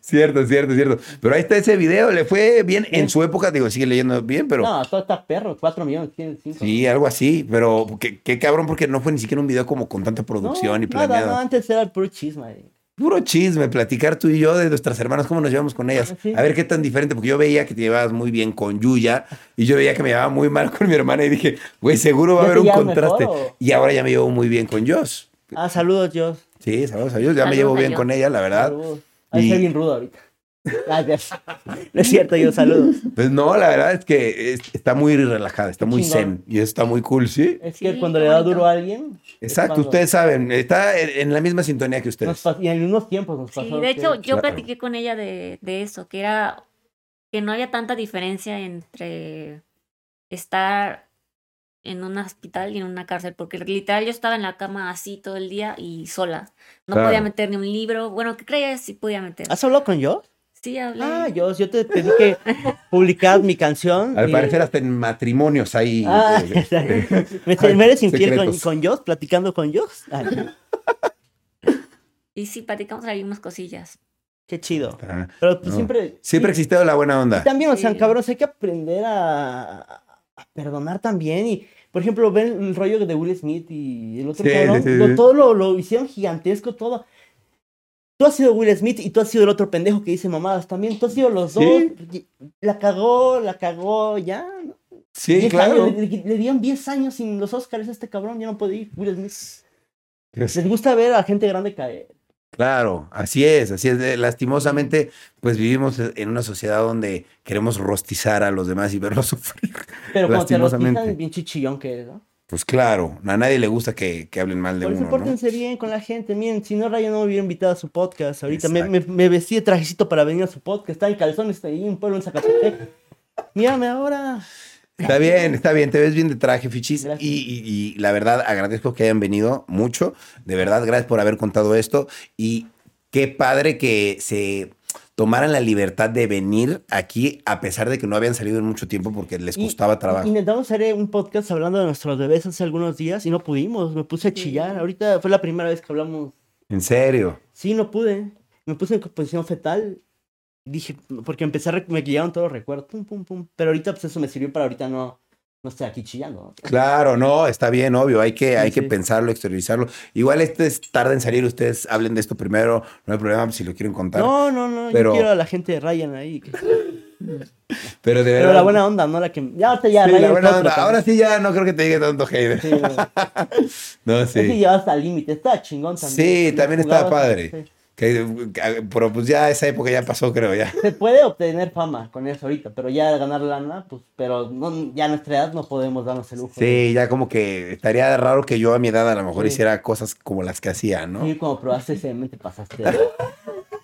Cierto, cierto, cierto. Pero ahí está ese video. Le fue bien en su época. Digo, sigue leyendo bien, pero.
No, todo está perro, 4 millones, tiene 5.
Sí, algo así. Pero qué, qué cabrón, porque no fue ni siquiera un video como con tanta producción y planeado.
no, antes era el puro chisme. eh.
Puro chisme, platicar tú y yo de nuestras hermanas, cómo nos llevamos con ellas.
Sí.
A ver qué tan diferente, porque yo veía que te llevabas muy bien con Yuya y yo veía que me llevaba muy mal con mi hermana y dije, güey, seguro va a
¿Ya
haber
te
un
llevas
contraste.
mejor o?
Y ahora ya me llevo muy bien con Josh.
Ah, saludos, Dios.
Sí, saludos a Dios, ya me
Saludos
llevo
a
bien
Josh.
con ella, la verdad.
Saludos. Hay
Y-
que ser bien rudo ahorita. Gracias. No es cierto, yo saludos.
Pues no, la verdad es que es- está muy relajada, está
Qué
muy zen
chingón.
y eso está muy cool, sí.
Es que
Sí,
cuando
qué
le da
bonito.
duro a alguien. es
Exacto,
cuando
ustedes saben, está en, en la misma sintonía que
nos
ustedes.
pas- y en unos tiempos nos pasó.
Sí, de hecho,
que-
yo
Claro.
platiqué con ella de, de eso, que era que no había tanta diferencia entre estar en un hospital y en una cárcel, porque literal yo estaba en la cama así todo el día y sola. No
Claro.
podía meter ni un libro. Bueno, ¿qué creías si podía meter?
¿Has hablado con yo?
Sí, hablé.
Ah, yo, yo te pedí que publicaras mi canción.
Al
y-
parecer hasta en matrimonios ahí.
Ah,
eh,
me, me eres infiel con,
secretos.
con Joss, platicando con Joss. Ay,
Y sí, platicamos algunas cosillas.
qué chido.
está.
Pero tú
No.
siempre.
Siempre ha existido la buena onda.
Y también, o sea,
Sí.
cabros, hay que aprender a, a perdonar también. Y, por ejemplo, ven el rollo de Will Smith y el otro
Sí,
cabrón.
sí, sí,
lo-
sí.
todo lo, lo hicieron gigantesco, todo. Tú has sido Will Smith y tú has sido el otro pendejo que dice mamadas también. Tú has sido los dos.
Sí.
Y- La cagó, la cagó, ya. ¿no?
Sí,
Diez
claro.
años, le, le- le dieron 10 años sin los Oscars a este cabrón, ya no puede ir Will Smith.
Pues,
Les gusta ver a gente grande caer.
Claro, así es, así es. Eh, Lastimosamente, pues vivimos en una sociedad donde queremos rostizar a los demás y verlos sufrir.
Pero cuando te
Lastimosamente.
rotizan, bien chichillón que eres, ¿no?
Pues claro, a nadie le gusta que, que hablen mal de
Por eso
uno, ¿no?
pórtense bien con la gente. Miren, si no, Rayo no me hubiera invitado a su podcast. Ahorita me,
Exacto.
me, me vestí de trajecito para venir a su podcast. Está en calzones, está ahí en pueblo en Zacatepec. Mírame ahora.
Está bien, está bien, te ves bien de traje, Fichis. Y,
Gracias.
y- y la verdad, agradezco que hayan venido mucho. De verdad, gracias por haber contado esto. Y qué padre que se tomaran la libertad de venir aquí, a pesar de que no habían salido en mucho tiempo porque les
Y-
costaba trabajo.
Intentamos hacer un podcast hablando de nuestros bebés hace algunos días y no pudimos. Me puse a chillar. Ahorita fue la primera vez que hablamos.
En serio.
Sí, no pude. Me puse en posición fetal. Dije, porque empecé a rec- me guiaron todos los recuerdos. Pum, pum, pum. Pero ahorita, pues eso me sirvió para ahorita no, no estar aquí chillando. ¿no?
Claro, no, está bien, obvio, hay que, hay que
sí.
pensarlo, exteriorizarlo. Igual este es tarde en salir, ustedes hablen de esto primero, no hay problema si lo quieren contar.
No, no, no.
Pero-
Yo quiero a la gente de Ryan ahí. que-
pero de verdad.
Pero la buena onda, no la que. Ya, ahorita ya,
Sí,
Ryan
la
es
buena
otro,
onda.
cabrón.
Ahora sí ya no creo que te llegue tanto hate.
Sí, güey.
No,
Es que
sí.
llevabas al límite, estaba chingón también.
Sí, también estaba
jugabas,
padre.
sí.
Que- que- pero pues ya esa época ya pasó, creo, ya.
Se puede obtener fama con eso ahorita, pero ya ganar lana, pues, pero no, ya a nuestra edad no podemos darnos el lujo. de-
Sí, ya como que estaría raro que yo a mi edad a lo mejor
Sí.
hiciera cosas como las que hacía, ¿no?
Sí, cuando probaste ese mente pasaste.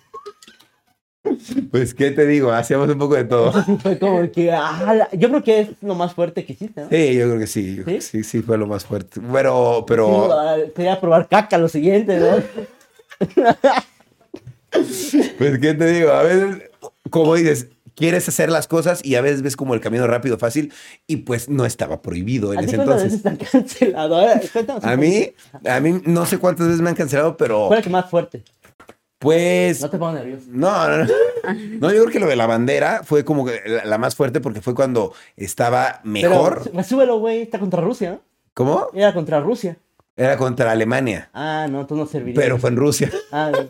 Pues, ¿qué te digo? Hacíamos un poco de todo.
Sí, fue como que, ah, la- yo creo que es lo más fuerte que hiciste, ¿no?
Sí, yo creo que sí. yo creo que
¿Sí?
¿Sí? sí, fue lo más fuerte. Pero,
Sí,
pero.
ah, quería probar caca lo siguiente, ¿no?
Pues, ¿qué te digo? A veces, como dices, quieres hacer las cosas y a veces ves como el camino rápido, fácil, y pues no estaba prohibido en
¿A ti
ese
cuántas veces
entonces.
te han cancelado? A ver, cuéntanos un
A mí, oh. a mí no sé cuántas veces me han cancelado, pero
poco. ¿Cuál es el que más fuerte?
pues...
No te pongo nervioso.
No, no, no. No, yo creo que lo de la bandera fue como que la, la más fuerte porque fue cuando estaba
Pero,
mejor.
su- súbelo, güey, está contra Rusia, ¿no?
¿Cómo?
Era contra Rusia.
Era contra Alemania,
Ah, no, tú no servirías.
pero fue en Rusia.
Ah, güey.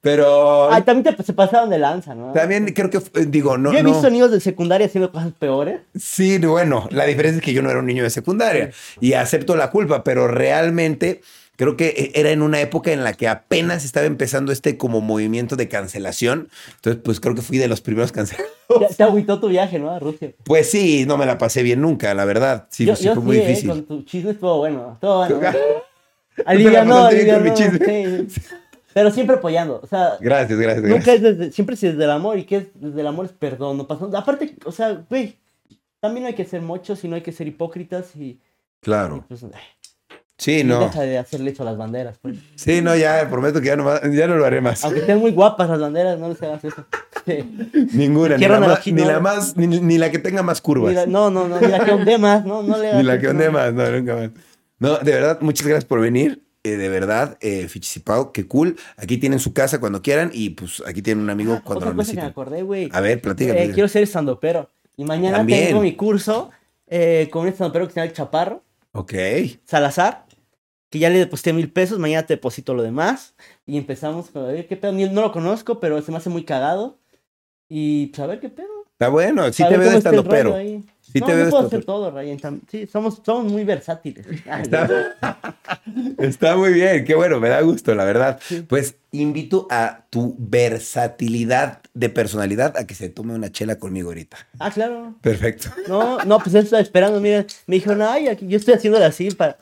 Pero
Ay, también te- se pasaron de lanza, ¿no?
también creo que, fue- digo, no...
Yo he
no.
visto niños de secundaria haciendo cosas peores.
Sí, bueno, la diferencia es que yo no era un niño de secundaria y acepto la culpa, pero realmente creo que eh, era en una época en la que apenas estaba empezando este como movimiento de cancelación. Entonces, pues creo que fui de los primeros cancelados.
Te, te agüitó tu viaje, ¿no? A Rusia.
Pues sí, no me la pasé bien nunca, la verdad. Sí,
yo
sí
yo
fue muy
eh,
difícil.
con tu chisme estuvo bueno. Estuvo bueno.
Yo
Alivianó,
te la pasaste
alivianó.
bien con mi
sí. Pero siempre apoyando. O sea,
Gracias, gracias,
nunca
gracias.
es desde, siempre es desde el amor y que es desde el amor es perdón. No pasó. Aparte, o sea, güey, también no hay que ser mochos y no hay que ser hipócritas y, y
Claro.
pues, ay,
Sí,
Y
no.
deja de hacerle eso a las banderas, pues.
Sí, no, ya prometo que ya no, va- ya no lo haré más.
Aunque estén muy guapas las banderas, no les hagas eso. Sí.
Ninguna, ni
Quiero
la,
una
más,
rojita.
ni la más, ni, ni la que tenga más curvas.
Ni la- no, no, no, ni la que onde más, no, no le hagas
Ni la que
eso,
onde
no.
más, no, nunca más. No, de verdad, muchas gracias por venir. Eh, de verdad, eh, Fichicipao, qué cool. Aquí tienen su casa cuando quieran y pues aquí tienen un amigo cuando
Ah, Otra
lo
cosa que me
necesiten.
acordé, güey.
A ver, platica.
Eh,
platica.
quiero ser estandopero. Y mañana
También.
tengo mi curso eh, con un estandopero que se llama El Chaparro,
Ok.
Salazar, que ya le deposité mil pesos, mañana te deposito lo demás. Y empezamos con, a ver qué pedo, Ni- no lo conozco, pero se me hace muy cagado. Y pues a ver qué pedo.
Está bueno, sí
a
te
ver
veo
cómo está el
estando
rollo
pero.
ahí.
Sí
no,
te
yo
veo
puedo
estando
hacer todo, Ryan. tam- Sí, somos, somos muy versátiles. Ay, güey.
Está, está muy bien, qué bueno, me da gusto, la verdad.
Sí.
Pues invito a tu versatilidad de personalidad a que se tome una chela conmigo ahorita.
Ah, claro.
Perfecto.
No, no, pues él estaba esperando, mira. Me dijo, no, ay, aquí- yo estoy haciéndole así para...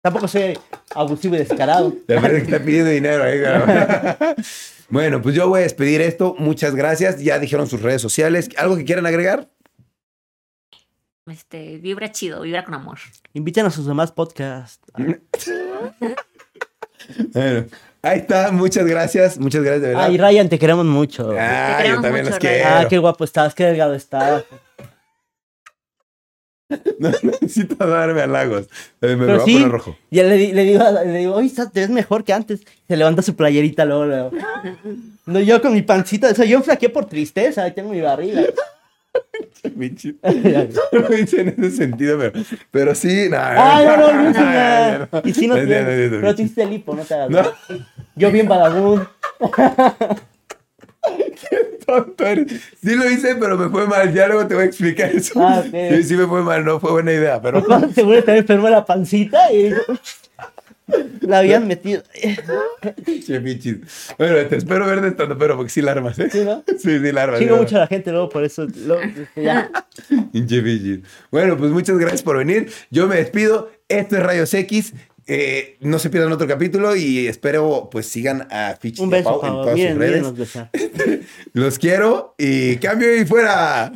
Tampoco soy abusivo y descarado.
La verdad que está pidiendo dinero ahí, cabrón. Bueno, pues yo voy a despedir esto. Muchas gracias. Ya dijeron sus redes sociales. ¿Algo que quieran agregar?
Este, vibra chido, vibra con amor.
Invitan a sus demás podcasts.
Bueno, ahí está. Muchas gracias. Muchas gracias, de verdad.
Ay, Ryan, te queremos mucho.
Te
Ah, yo
queremos
también los
mucho,
quiero.
Ah, qué guapo estás, qué delgado estás.
No necesito darme halagos. Eh, Me
Pero
voy a
sí.
poner rojo.
Ya le, di- le digo, a- le digo, oye, estás- te ves mejor que antes. Se levanta su playerita luego, luego. No, yo con mi pancita, o sea, yo flaqueé por tristeza, ahí tengo mi barriga.
Pinche- No lo hice en ese sentido, pero, pero sí. Ah, No,
Ay, no, no, no, no,
Ay, no, no.
Y si no
No es
tienes,
cierto, no es cierto.
pero te hiciste el hipo, no te hagas.
No.
Yo bien badabun.
tonto eres. Sí lo hice, pero me fue mal. Ya luego te voy a explicar eso.
Ah, ok.
sí, sí me fue mal, no fue buena idea, pero... pues,
Seguro te enfermo la pancita y la habían metido.
Che, pichis. Bueno, te espero ver de estando, pero porque sí la armas, ¿eh?
Sí, ¿no?
Sí, sí la armas. ¿eh?
Sigo
sí la
mucho a la gente luego por eso. luego, este, ya.
armas. Pinche pichis. Bueno, pues muchas gracias por venir. Yo me despido. Esto es Rayos X. Eh, no se pierdan otro capítulo y espero pues sigan a Pichis
Un
y a
beso,
Pau
por
en
favor.
todas
Miren,
sus redes.
mírenos besar.
Los quiero y cambio y fuera.